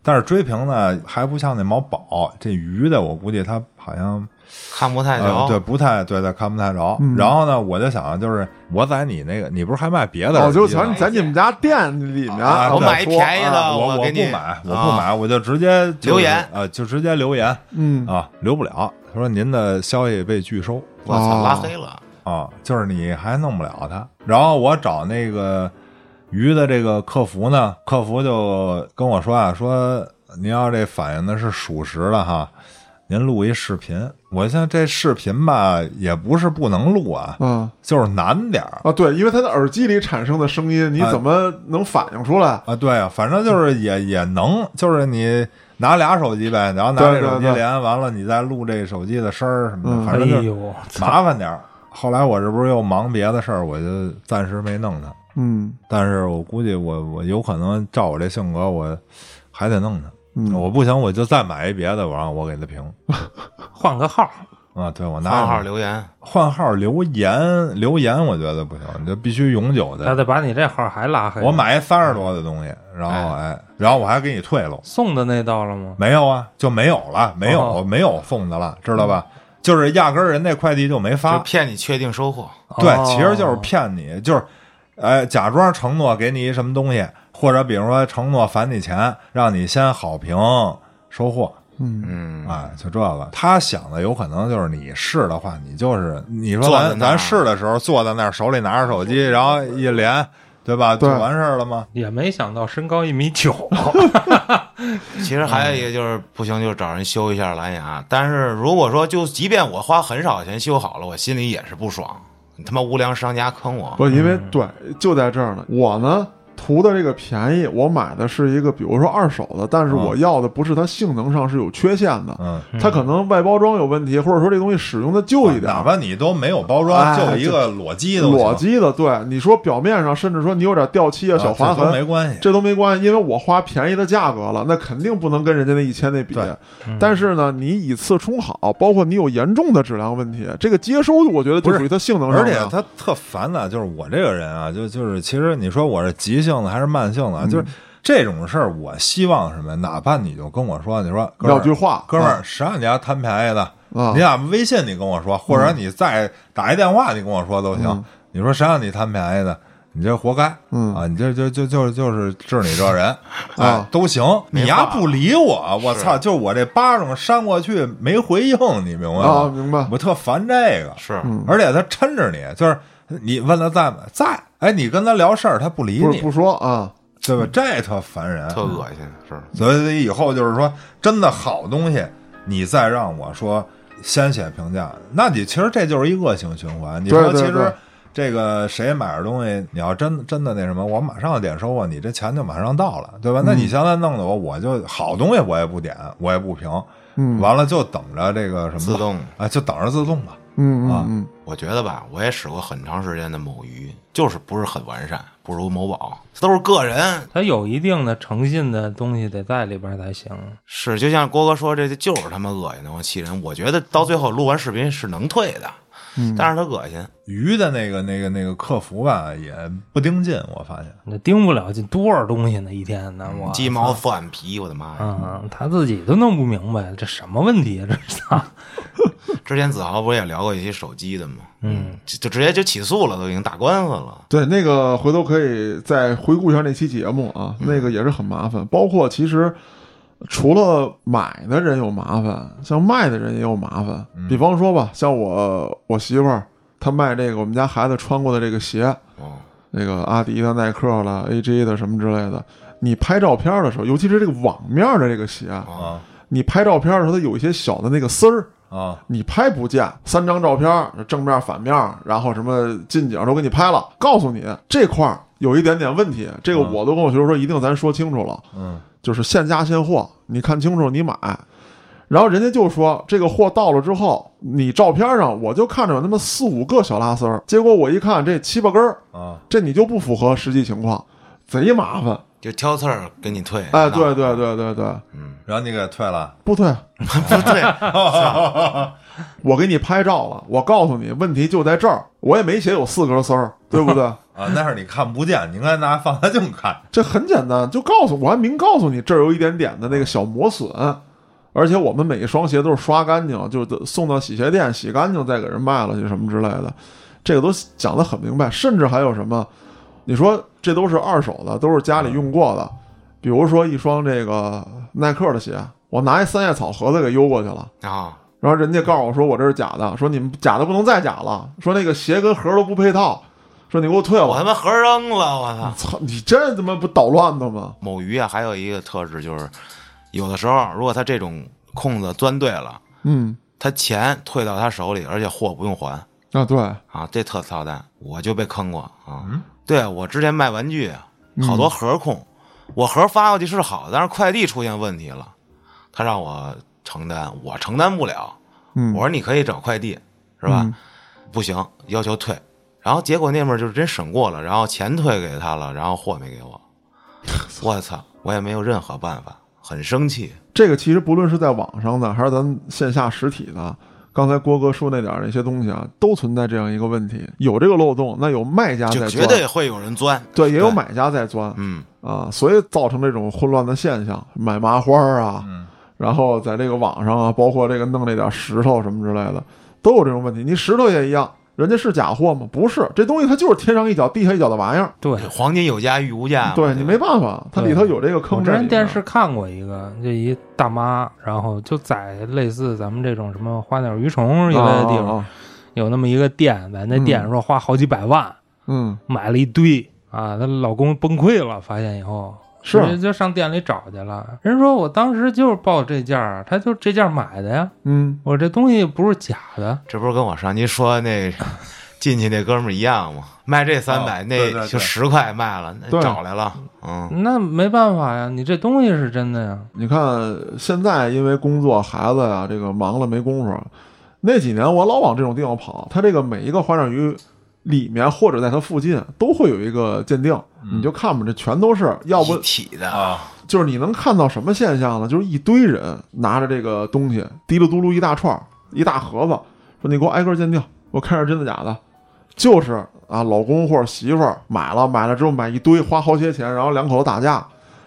Speaker 1: 但是追评呢，还不像那毛宝这鱼的，我估计它好像
Speaker 4: 看不太
Speaker 1: 呃，对，
Speaker 4: 着。
Speaker 1: 不太对，对，看不太着。
Speaker 2: 嗯
Speaker 1: 然后呢，我就想，就是我在你那个，你不是还卖别的
Speaker 2: 我
Speaker 4: 哦
Speaker 1: 耳机
Speaker 2: 哦就
Speaker 1: 吗？
Speaker 2: 想在你们家店里面，
Speaker 1: 啊
Speaker 4: 我
Speaker 1: 对
Speaker 4: 买一便宜
Speaker 1: 啊
Speaker 4: 的，
Speaker 1: 我
Speaker 4: 我
Speaker 1: 不
Speaker 4: 给你
Speaker 1: 买，我
Speaker 4: 啊
Speaker 1: 不买，我就直接就是
Speaker 4: 留言
Speaker 1: 呃，就直接留言
Speaker 2: 嗯
Speaker 1: 啊，留不了。他说您的消息被拒收
Speaker 4: 我操，
Speaker 2: 哦
Speaker 4: 拉黑了。
Speaker 1: 啊，就是你还弄不了他。然后我找那个鱼的这个客服呢，客服就跟我说啊，说您要这反映的是属实了哈。您录一视频，我现在这视频吧也不是不能录啊，
Speaker 2: 啊
Speaker 1: 就是难点儿
Speaker 2: 啊，对，因为它的耳机里产生的声音，你
Speaker 1: 啊
Speaker 2: 怎么能反映出来？
Speaker 1: 啊。对啊，反正就是也也能，就是你拿俩手机呗，然后拿这
Speaker 2: 对对
Speaker 1: 手机
Speaker 2: 对
Speaker 1: 连完了，你再录这手机的声儿什么的，
Speaker 2: 嗯
Speaker 1: 反
Speaker 3: 哎
Speaker 1: 正就是
Speaker 3: 呦，
Speaker 1: 麻烦点儿。后来我这不是又忙别的事儿，我就暂时没弄它。
Speaker 2: 嗯
Speaker 1: 但是我估计我我有可能照我这性格，我还得弄它。
Speaker 2: 嗯，
Speaker 1: 我不行，我就再买一别的，我让我给它评
Speaker 3: 换个号，
Speaker 1: 啊。对我拿
Speaker 4: 暗号留言，
Speaker 1: 换号留言留言，我觉得不行，你就必须永久
Speaker 3: 他
Speaker 1: 的。
Speaker 3: 得把你这号还拉黑。
Speaker 1: 我买一三十多的东西，然后哎，然后我还给你退了。
Speaker 3: 送的那到了吗？
Speaker 1: 没有啊，就没有了，没有、
Speaker 3: 哦
Speaker 1: 没有送的了，知道吧？就是压根儿人那快递就没
Speaker 4: 就
Speaker 1: 发，
Speaker 4: 骗你确定收货。
Speaker 1: 对，
Speaker 3: 哦
Speaker 1: 其实就是骗你，就是，哎，假装承诺给你一什么东西，或者比如说承诺返你钱，让你先好评收货，
Speaker 4: 嗯，
Speaker 1: 啊，就这个。他想的有可能就是你试的话，你就是你说
Speaker 4: 坐在
Speaker 1: 咱
Speaker 4: 那儿
Speaker 1: 咱试的时候坐在那儿，手里拿着手机，然后一连，对吧？就
Speaker 2: 对
Speaker 1: 完事儿了吗？
Speaker 3: 也没想到身高一米九，
Speaker 4: 其实还有一个就是不行，就找人修一下蓝牙。但是如果说就即便我花很少钱修好了，我心里也是不爽。你他妈无良商家坑我！
Speaker 2: 不，因为
Speaker 1: 嗯
Speaker 2: 对，就在这儿呢。我呢图的这个便宜，我买的是一个，比如说二手的，但是我要的不是它性能上是有缺陷的，
Speaker 1: 嗯，
Speaker 2: 它可能外包装有问题，或者说这东西使用的旧一点
Speaker 1: 哪
Speaker 2: 儿。
Speaker 1: 怕你都没有包装，
Speaker 2: 哎
Speaker 1: 就一个裸机都行
Speaker 2: 裸机的，对你说表面上，甚至说你有点掉漆啊、
Speaker 1: 啊
Speaker 2: 小划
Speaker 1: 这都没
Speaker 2: 痕，
Speaker 1: 关系。
Speaker 2: 这都没关系，因为我花便宜的价格了，那肯定不能跟人家那一千那比
Speaker 1: 对。嗯
Speaker 2: 但是呢，你以次充好，包括你有严重的质量问题，这个接收我觉得
Speaker 1: 不
Speaker 2: 就是属于它性能上
Speaker 1: 而
Speaker 2: 的
Speaker 1: 且
Speaker 2: 呀，
Speaker 1: 他特烦的，就是我这个人啊，就就是其实你说我是急性子还是慢性子
Speaker 2: 嗯
Speaker 1: 啊，就是这种事儿，我希望什么，哪怕你就跟我说，你说哥们
Speaker 2: 两句
Speaker 1: 儿，
Speaker 2: 话，
Speaker 1: 哥们儿，谁让你家贪便宜的？
Speaker 2: 啊
Speaker 1: 你俩微信你跟我说，或者你再打一电话你跟我说都行
Speaker 2: 嗯。
Speaker 1: 你说谁让你贪便宜的？你这活该，
Speaker 2: 嗯
Speaker 1: 啊，你这就就就就是治你这 人，哎
Speaker 2: 啊，
Speaker 1: 都行。你
Speaker 4: 话
Speaker 1: 丫不理我，我操！就我这巴掌扇过去没回应，你明白
Speaker 2: 啊，
Speaker 1: 吗？
Speaker 2: 明白，
Speaker 1: 我特烦这个，
Speaker 4: 是，
Speaker 1: 而且他抻着你，就是你问他在吗？在。哎，你跟他聊事儿，他不理
Speaker 2: 不是
Speaker 1: 你，
Speaker 2: 不说啊，
Speaker 1: 对吧？这特烦人，
Speaker 4: 特恶心，是
Speaker 1: 所以以后就是说，真的好东西，你再让我说先写评价，那你其实这就是一恶性循环。你说
Speaker 2: 对对
Speaker 1: 其实
Speaker 2: 对
Speaker 1: 这个谁买着东西，你要真真的那什么，我马上要点收啊，你这钱就马上到了，对吧？那你现在弄得我，我就好东西我也不点，我也不评，
Speaker 2: 嗯
Speaker 1: 完了就等着这个什么吧
Speaker 4: 自动。
Speaker 1: 啊，就等着自动吧。
Speaker 2: 嗯
Speaker 1: 啊
Speaker 2: 嗯嗯，
Speaker 4: 我觉得吧，我也使过很长时间的某鱼，就是不是很完善，不如某宝，都是个人。
Speaker 3: 它有一定的诚信的东西得在里边才行。
Speaker 4: 是，就像郭哥说，这就是他妈恶心的，我气人。我觉得到最后录完视频是能退的，但是他恶心。
Speaker 1: 鱼的那个那个那个客服吧，也不盯进，我发现。
Speaker 3: 那盯不了进多少东西呢？一天呢，我
Speaker 4: 嗯鸡毛蒜皮，我的妈呀！
Speaker 3: 啊，他自己都弄不明白这什么问题啊？这是他
Speaker 4: 之前子豪不是也聊过一些手机的吗？
Speaker 3: 嗯，
Speaker 4: 就就直接就起诉了，都已经打官司了。
Speaker 2: 对，那个回头可以再回顾一下那期节目啊，那个也是很麻烦。包括其实除了买的人有麻烦，像卖的人也有麻烦。比方说吧，像我我媳妇儿，她卖这个我们家孩子穿过的这个鞋，
Speaker 4: 哦，
Speaker 2: 那个阿迪的、耐克的、AJ 的什么之类的。你拍照片的时候，尤其是这个网面的这个鞋，
Speaker 1: 啊
Speaker 4: 哦
Speaker 2: 你拍照片的时候，它有一些小的那个丝儿，
Speaker 1: 啊
Speaker 2: 你拍不见，三张照片，正面、反面，然后什么近景都给你拍了，告诉你这块儿有一点点问题，这个
Speaker 1: 嗯
Speaker 2: 我都跟我学生说，一定咱说清楚了，
Speaker 1: 嗯
Speaker 2: 就是现价现货，你看清楚你买。然后人家就说这个货到了之后，你照片上我就看着有那么四五个小拉丝儿，结果我一看这七八根儿，
Speaker 1: 啊
Speaker 2: 这你就不符合实际情况，贼麻烦。
Speaker 4: 就挑刺儿给你退。
Speaker 2: 哎，对对对对对，
Speaker 4: 嗯，
Speaker 1: 然后你给退了，
Speaker 2: 不退，
Speaker 4: 不 对，
Speaker 2: 我给你拍照了，我告诉你问题就在这儿，我也没写有四根丝儿，对不对？
Speaker 1: 啊，但是你看不见，你应该拿放大镜看。
Speaker 2: 这很简单，就告诉我还明告诉你这儿有一点点的那个小磨损，而且我们每一双鞋都是刷干净，就得送到洗鞋店洗干净再给人卖了去什么之类的，这个都讲得很明白。甚至还有什么，你说这都是二手的，都是家里用过的，比如说一双这个耐克的鞋，我拿一三叶草盒子给邮过去了。
Speaker 4: 啊，
Speaker 2: 然后人家告诉我说我这是假的，说你们假的不能再假了，说那个鞋跟盒都不配套，说你给我退
Speaker 4: 我
Speaker 2: 了。
Speaker 4: 他妈盒扔了，我操！
Speaker 2: 操，你这他妈不捣乱的吗？
Speaker 4: 某鱼啊，还有一个特质就是，有的时候如果他这种空子钻对了，
Speaker 2: 嗯，
Speaker 4: 他钱退到他手里，而且货不用还
Speaker 2: 啊对，
Speaker 4: 啊，这特操蛋，我就被坑过啊。对我之前卖玩具，啊好多盒控，我盒发过去是好的，但是快递出现问题了，他让我承担，我承担不了。
Speaker 2: 嗯
Speaker 4: 我说你可以找快递，是吧？
Speaker 2: 嗯
Speaker 4: 不行，要求退。然后结果那面就是真审过了，然后钱退给他了，然后货没 给我。我操，我也没有任何办法，很生气。
Speaker 2: 这个其实不论是在网上的，还是咱们线下实体的，刚才郭哥说那点儿那些东西啊，都存在这样一个问题：有这个漏洞，那有卖家
Speaker 4: 就
Speaker 2: 在
Speaker 4: 绝
Speaker 2: 钻，
Speaker 4: 对会有人钻。
Speaker 2: 对，也有买家在钻
Speaker 4: 嗯，
Speaker 2: 啊，所以造成这种混乱的现象，买麻花儿啊，
Speaker 1: 嗯
Speaker 2: 然后在这个网上啊，包括这个弄那点石头什么之类的，都有这种问题。你石头也一样，人家是假货吗？不是，这东西它就是天上一脚地下一脚的玩意儿，
Speaker 3: 对。
Speaker 4: 黄金有价，玉无价 嘛。
Speaker 2: 对你没办法，它里头有这个
Speaker 3: 我
Speaker 2: 坑在
Speaker 3: 之
Speaker 2: 里
Speaker 3: 前
Speaker 2: 面。
Speaker 3: 电视看过一个，就一大妈，然后就在类似咱们这种什么花鸟鱼虫一类的地
Speaker 2: 啊啊
Speaker 3: 方，
Speaker 2: 啊
Speaker 3: 有那么一个店，在那店说花好几百万
Speaker 2: 嗯，
Speaker 3: 买了一堆啊，她老公崩溃了，发现以后
Speaker 2: 是
Speaker 3: 直接就上店里找去了。人说我当时就是报这价儿，他就这价儿买的呀，
Speaker 2: 嗯，
Speaker 3: 我这东西不是假的，
Speaker 4: 这不是跟我上期说 那进去那哥们儿一样吗？卖这三百、
Speaker 1: 哦对对
Speaker 4: 那
Speaker 1: 对
Speaker 4: 就十块卖了，那
Speaker 2: 对
Speaker 4: 找来了。嗯，
Speaker 3: 那没办法呀，你这东西是真的呀。
Speaker 2: 你看现在因为工作、孩子啊，这个忙了没工夫。那几年我老往这种地方跑，它这个每一个花鸟鱼里面或者在它附近都会有一个鉴定，你就看吧，这全都是，要不呃
Speaker 4: 一体的，
Speaker 1: 啊，
Speaker 2: 就是你能看到什么现象呢？就是一堆人拿着这个东西，滴噜嘟噜一大串儿，一大盒子，说你给我挨个儿鉴定，我看是真的假的。就是啊，老公或者媳妇儿买了，买了之后买一堆，花好些钱，然后两口子打架，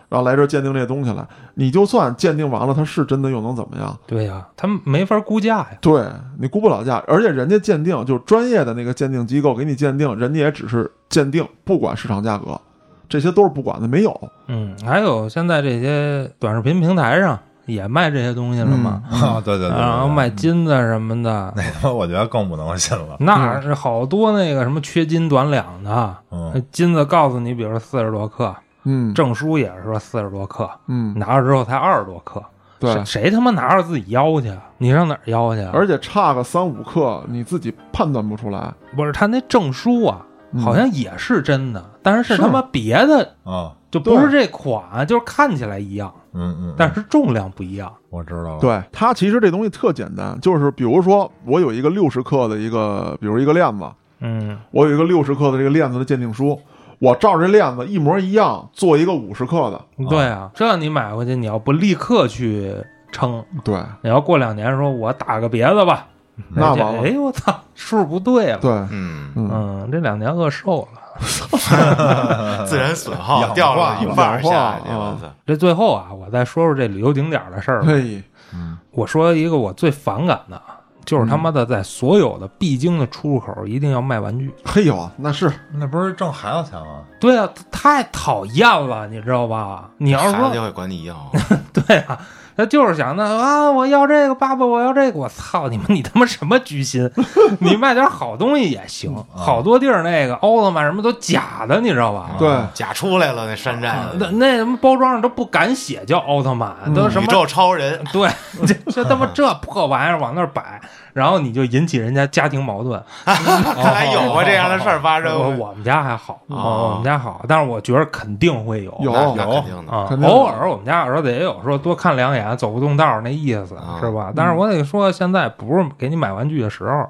Speaker 2: 然后来这儿鉴定这东西来。你就算鉴定完了，它是真的又能怎么样？
Speaker 3: 对呀，他没法估价呀。
Speaker 2: 对你估不了价，而且人家鉴定就是专业的那个鉴定机构给你鉴定，人家也只是鉴定，不管市场价格，这些都是不管的，没有。
Speaker 3: 嗯，还有现在这些短视频平台上也卖这些东西了嘛，
Speaker 1: 啊，对对对对，哎
Speaker 3: 然后卖金子什么的，
Speaker 1: 那他妈我觉得更不能信了，
Speaker 3: 那是好多那个什么缺斤短两的，
Speaker 1: 嗯
Speaker 3: 金子告诉你，比如说四十多克，
Speaker 2: 嗯
Speaker 3: 证书也是说四十多克，
Speaker 2: 嗯，
Speaker 3: 拿着之后才二十多克，
Speaker 2: 对，
Speaker 3: 谁谁他妈拿着自己腰去？你上哪儿腰去啊？
Speaker 2: 而且差个三五克，你自己判断不出来，
Speaker 3: 不是他那证书啊，
Speaker 2: 嗯
Speaker 3: 好像也是真的，但是
Speaker 2: 是
Speaker 3: 是他妈别的，
Speaker 1: 啊，
Speaker 3: 就不是这款，就是看起来一样，
Speaker 1: 嗯嗯，
Speaker 3: 但是重量不一样。
Speaker 1: 我知道了，
Speaker 2: 对它其实这东西特简单，就是比如说我有一个六十克的一个，比如一个链子，
Speaker 3: 嗯，
Speaker 2: 我有一个六十克的这个链子的鉴定书，我照着这链子一模一样做一个五十克的，
Speaker 3: 对啊，这你买回去，你要不立刻去称，
Speaker 2: 对，
Speaker 3: 你要过两年说我打个别的吧，
Speaker 2: 那
Speaker 3: 人家
Speaker 2: 完了
Speaker 3: 哎呦我操，数不对了。
Speaker 2: 对，
Speaker 4: 嗯，
Speaker 2: 嗯，
Speaker 3: 嗯，这两年饿瘦了。
Speaker 4: 自然损
Speaker 1: 氧
Speaker 4: 耗
Speaker 1: 化
Speaker 4: 掉了一半儿
Speaker 2: 了
Speaker 4: 下
Speaker 2: 呃氧化
Speaker 4: 去，
Speaker 2: 嗯
Speaker 4: 我操！
Speaker 3: 这最后啊，我再说说这旅游景点儿的事儿吧。
Speaker 2: 嘿，
Speaker 3: 我说一个我最反感的，就是
Speaker 4: 嗯
Speaker 3: 他妈的在所有的必经的出入口一定要卖玩具。
Speaker 2: 嘿呦，那是
Speaker 1: 那不是挣孩子钱吗？
Speaker 3: 对啊，太讨厌了，你知道吧？你要是
Speaker 4: 孩子
Speaker 3: 说
Speaker 4: 就会管你要，
Speaker 3: 对啊，他就是想那啊，我要这个，爸爸，我要这个，我操你们，你他妈什么居心？ 你卖点好东西也行，
Speaker 4: 嗯
Speaker 3: 好多地儿那个奥特曼什么都假的，你知道
Speaker 4: 嗯
Speaker 3: 吧？
Speaker 2: 对
Speaker 4: 啊
Speaker 2: 啊
Speaker 4: 假出来了那山寨
Speaker 3: 那
Speaker 4: 的
Speaker 3: 那什么包装上都不敢写叫奥特曼，都什
Speaker 4: 嗯宇
Speaker 3: 么
Speaker 4: 宙超 人，
Speaker 3: 对， 这这他妈这破玩意儿往那儿摆，然后你就引起人家家庭矛盾。
Speaker 2: 哦
Speaker 4: 看来有过这样的事儿发
Speaker 3: 我
Speaker 4: 生。
Speaker 3: 我们家还好，
Speaker 4: 哦
Speaker 3: 我们家好，但是我觉得肯定会有。
Speaker 2: 有
Speaker 4: 那那肯定的，
Speaker 3: 啊
Speaker 2: 肯，定有
Speaker 3: 偶尔我们家儿子也有说多看两眼，走不动道儿那意思
Speaker 4: 啊
Speaker 3: 是吧？但是我得说，现在不是给你买玩具的时候。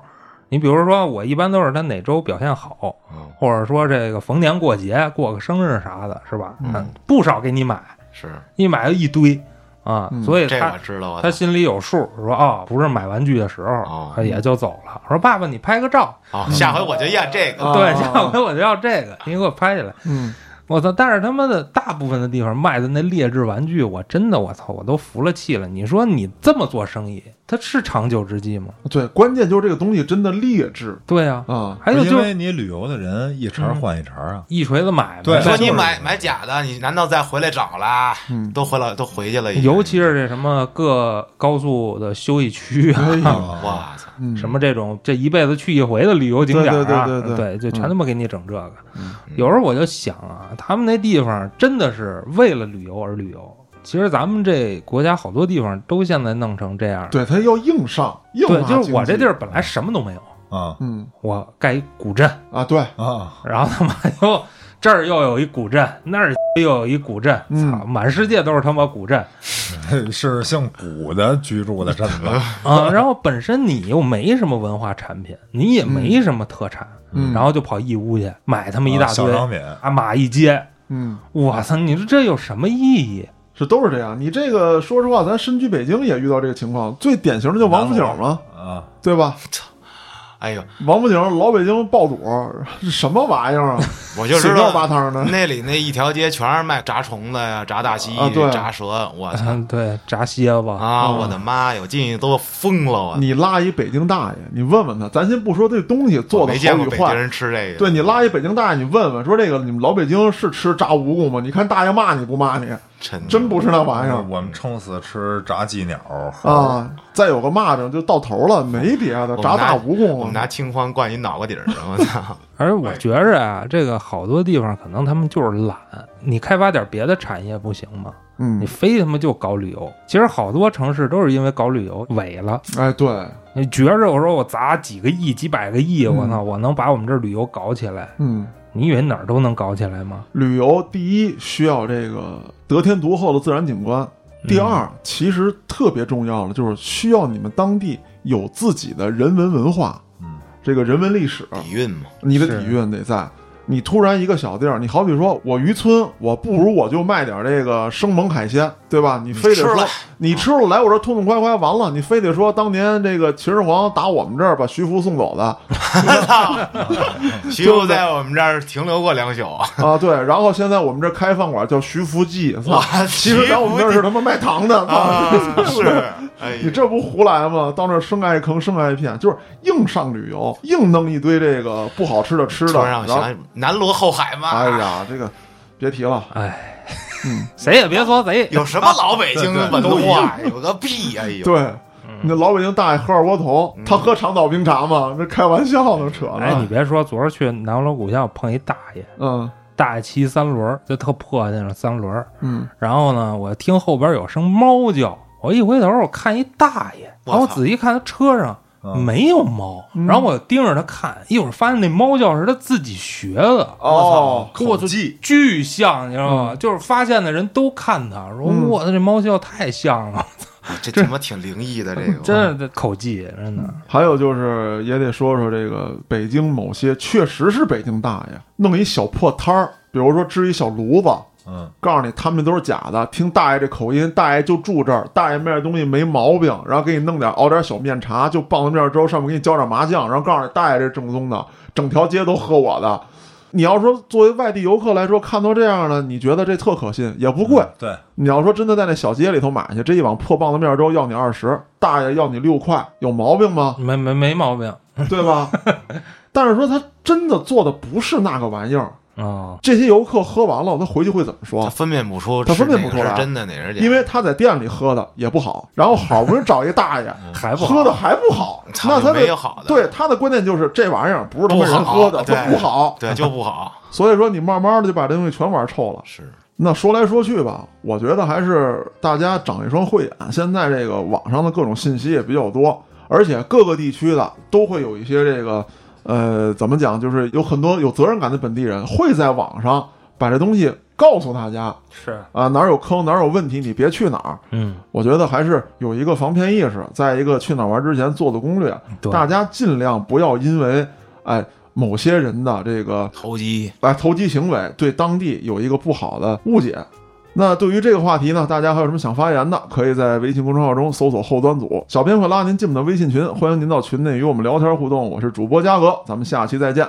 Speaker 3: 你比如说，我一般都是他哪周表现好，
Speaker 4: 嗯，
Speaker 3: 或者说这个逢年过节、过个生日啥的，是吧？
Speaker 2: 嗯
Speaker 3: 他不少给你买，
Speaker 4: 是
Speaker 3: 一买就一堆啊，
Speaker 2: 嗯
Speaker 3: 所以
Speaker 4: 这
Speaker 3: 他
Speaker 4: 我知道，我
Speaker 3: 他
Speaker 4: 操
Speaker 3: 心里有数，说啊、不是买玩具的时候，
Speaker 4: 哦
Speaker 3: 他也就走了。说爸爸，你拍个照，
Speaker 4: 啊，下回我就验这个。
Speaker 2: 嗯啊
Speaker 3: 对，下回我就要这个，你给我拍下来。
Speaker 2: 嗯，
Speaker 3: 我操！但是他妈的大部分的地方卖的那劣质玩具，我真的我操，我都服了气了。你说你这么做生意，它是长久之计吗？
Speaker 2: 对，关键就是这个东西真的劣质
Speaker 3: 对啊，
Speaker 2: 啊，
Speaker 3: 还有
Speaker 1: 因
Speaker 3: 就
Speaker 1: 为
Speaker 3: 是
Speaker 1: 你旅游的人一茬换一茬啊，
Speaker 3: 一锤子买卖，
Speaker 1: 对
Speaker 4: 你说
Speaker 1: 就是
Speaker 4: 你买买假的，你难道再回来找啦？
Speaker 2: 嗯
Speaker 4: 都回了，都回去了已经，
Speaker 3: 尤其是这什么各高速的休息区啊，
Speaker 2: 哎呦，
Speaker 4: 哇操，
Speaker 2: 嗯
Speaker 3: 什么这种这一辈子去一回的旅游景点啊，
Speaker 2: 对对对对对
Speaker 3: 就全他妈给你整这个。
Speaker 2: 嗯
Speaker 3: 有时候我就想啊，他们那地方真的是为了旅游而旅游。其实咱们这国家好多地方都现在弄成这样，
Speaker 2: 对，它要硬上，硬
Speaker 3: 对，
Speaker 2: 拉
Speaker 3: 就是我这
Speaker 2: 经济
Speaker 3: 地儿，本来什么都没有，
Speaker 1: 啊
Speaker 2: 嗯
Speaker 3: 我盖一古镇，
Speaker 2: 啊，对，
Speaker 1: 啊，
Speaker 3: 然后他妈又这儿又有一古镇， 那儿又有一古镇，
Speaker 2: 嗯
Speaker 3: 操，满世界都是他妈古镇
Speaker 1: 是姓古的居住的镇子，
Speaker 3: 啊！然后本身你又没什么文化产品，你也没什么特产，
Speaker 2: 嗯
Speaker 3: 然后就跑义乌去买他们一大
Speaker 1: 啊小
Speaker 3: 堆
Speaker 1: 商品
Speaker 3: 啊，马一街，
Speaker 2: 嗯，
Speaker 3: 我操！你说这有什么意义？
Speaker 2: 是都是这样。你这个说实话，咱身居北京也遇到这个情况，最典型的就王府井嘛，
Speaker 1: 啊，
Speaker 2: 对吧？啊
Speaker 4: 哎呦，
Speaker 2: 王府井老北京爆肚是什么玩意儿啊？
Speaker 4: 我就知
Speaker 2: 水
Speaker 4: 道
Speaker 2: 尿八汤的
Speaker 4: 那里那一条街全是卖炸虫子呀、炸大蜥
Speaker 2: 啊对
Speaker 4: 蜴、炸蛇，我操
Speaker 3: 嗯，对，炸蝎子
Speaker 4: 啊！我的妈呀，我进去都疯了，我
Speaker 2: 你拉一北京大爷，你问问他，咱先不说这东西做
Speaker 4: 我
Speaker 2: 的
Speaker 4: 没见
Speaker 2: 好
Speaker 4: 过
Speaker 2: 与
Speaker 4: 北京
Speaker 2: 坏，
Speaker 4: 人吃这个。
Speaker 2: 对你拉一北京大爷，你问问说这个你们老北京是吃炸蜈蚣吗？你看大爷骂你不骂你？
Speaker 4: 真的
Speaker 2: 真不是那玩意
Speaker 1: 就是
Speaker 2: 儿
Speaker 1: 我们撑死吃炸鸡鸟
Speaker 2: 啊！再有个蚂蚱就到头了，没别的，
Speaker 4: 嗯我们
Speaker 2: 炸
Speaker 4: 拿
Speaker 2: 大蜈
Speaker 4: 我
Speaker 2: 蚣
Speaker 4: 们
Speaker 2: 啊
Speaker 4: 拿青筐灌你脑瓜顶儿上，我操！
Speaker 3: 而我觉着啊，这个好多地方可能他们就是懒，你开发点别的产业不行吗？你
Speaker 2: 嗯，
Speaker 3: 非他妈就搞旅游。其实好多城市都是因为搞旅游萎了。
Speaker 2: 哎，对，
Speaker 3: 你觉着我说我砸几个亿、几百个亿，
Speaker 1: 嗯
Speaker 3: 我操，我能把我们这旅游搞起来？
Speaker 2: 嗯。
Speaker 3: 你以为哪儿都能搞起来吗？
Speaker 2: 旅游第一需要这个得天独厚的自然景观，第二其实特别重要的就是需要你们当地有自己的人文文化，
Speaker 1: 嗯，
Speaker 2: 这个人文历史，
Speaker 4: 底蕴嘛，
Speaker 2: 你的底蕴得在。你突然一个小地儿，你好比说我渔村，我不如我就卖点这个生猛海鲜，对吧？你非得
Speaker 4: 吃
Speaker 2: 说
Speaker 4: 了
Speaker 2: 你吃了来我这儿痛痛快快完了，你非得说当年这个秦始皇打我们这儿把徐福送走的，
Speaker 4: 徐福在我们这儿停留过两宿，
Speaker 2: 啊，对，然后现在我们这开饭馆叫徐福记，操
Speaker 4: 哇！
Speaker 2: 其实
Speaker 4: 徐
Speaker 2: 在我们
Speaker 4: 福
Speaker 2: 这儿
Speaker 4: 记
Speaker 2: 是他妈卖糖的，
Speaker 4: 啊
Speaker 2: 操！，
Speaker 4: 是， 哎
Speaker 2: 你
Speaker 4: 呦，
Speaker 2: 这不胡来吗？到那儿生挨坑，生挨骗，就是硬上旅游，硬弄一堆这个不好吃的吃的。哎
Speaker 4: 突然让我
Speaker 2: 然后
Speaker 4: 想起南锣后海嘛，
Speaker 2: 哎呀，这个别提了，
Speaker 3: 哎，谁也别说谁。
Speaker 4: 有什么老北京文化？有个屁！哎呦，
Speaker 2: 对，那老北京大爷喝二锅头，他喝长岛冰茶吗？这开玩笑呢，扯
Speaker 3: 哎，你
Speaker 2: 呢。
Speaker 3: 别说，昨儿去南锣鼓巷碰一大爷，
Speaker 2: 嗯
Speaker 3: 大爷骑三轮儿，就特破那种三轮儿。
Speaker 2: 嗯，
Speaker 3: 然后呢，我听后边有声猫叫，我一回头，我看一大爷，
Speaker 4: 我
Speaker 3: 然后
Speaker 4: 操
Speaker 3: 仔细看他车上
Speaker 1: 嗯
Speaker 3: 没有猫，然后我盯着他看，一会儿发现那猫叫是他自己学的，
Speaker 2: 哦，
Speaker 3: 我
Speaker 4: 口技
Speaker 3: 巨像，你知道吗？就是发现的人都看他，说
Speaker 2: 嗯
Speaker 3: 我的这猫叫太像了，
Speaker 4: 这他妈挺灵异的这个。
Speaker 3: 真是这口技，真的。
Speaker 2: 还有就是也得说说这个北京某些确实是北京大爷弄一小破摊儿，比如说支一小炉子，
Speaker 1: 嗯
Speaker 2: 告诉你他们都是假的，听大爷这口音，大爷就住这儿，大爷卖的东西没毛病，然后给你弄点熬点小面茶，就棒子面粥，上面给你浇点麻酱，然后告诉你大爷这正宗的，整条街都喝我的。你要说作为外地游客来说，看到这样的，你觉得这特可信，也不贵。
Speaker 1: 对，
Speaker 2: 你要说真的在那小街里头买去，这一碗破棒子面粥要你二十，大爷要你六块，有毛病吗？
Speaker 3: 没没没毛病
Speaker 2: 对吧？但是说他真的做的不是那个玩意儿，
Speaker 3: 哦，
Speaker 2: 这些游客喝完了，他回去会怎么说
Speaker 4: 他？分辨不出，
Speaker 2: 他分辨不出来
Speaker 4: 是真的哪是假的，
Speaker 2: 因为他在店里喝的也不好，然后好不容易找一 大爷
Speaker 3: 还不好
Speaker 2: 喝的还不好，
Speaker 4: 操
Speaker 2: 那他
Speaker 4: 没有好的
Speaker 2: 对他的观念就是这玩意儿不是他
Speaker 4: 不
Speaker 2: 们人
Speaker 4: 好
Speaker 2: 喝的，它
Speaker 4: 对
Speaker 2: 不好，
Speaker 4: 对就 不好。
Speaker 2: 所以说你慢慢的就把这东西全玩臭了。
Speaker 4: 是，
Speaker 2: 那说来说去吧，我觉得还是大家长一双慧眼。现在这个网上的各种信息也比较多，而且各个地区的都会有一些这个，呃，怎么讲，就是有很多有责任感的本地人会在网上把这东西告诉大家
Speaker 3: 是，
Speaker 2: 啊，哪儿有坑，哪儿有问题，你别去哪儿。
Speaker 3: 嗯，
Speaker 2: 我觉得还是有一个防骗意识，在一个去哪儿玩之前做的攻略，
Speaker 3: 对，
Speaker 2: 大家尽量不要因为哎某些人的这个
Speaker 4: 投机
Speaker 2: 哎投机行为对当地有一个不好的误解。那对于这个话题呢，大家还有什么想发言的，可以在微信公众号中搜索“后端组”，小编会拉您进我们的微信群，欢迎您到群内与我们聊天互动。我是主播嘉哥，咱们下期再见。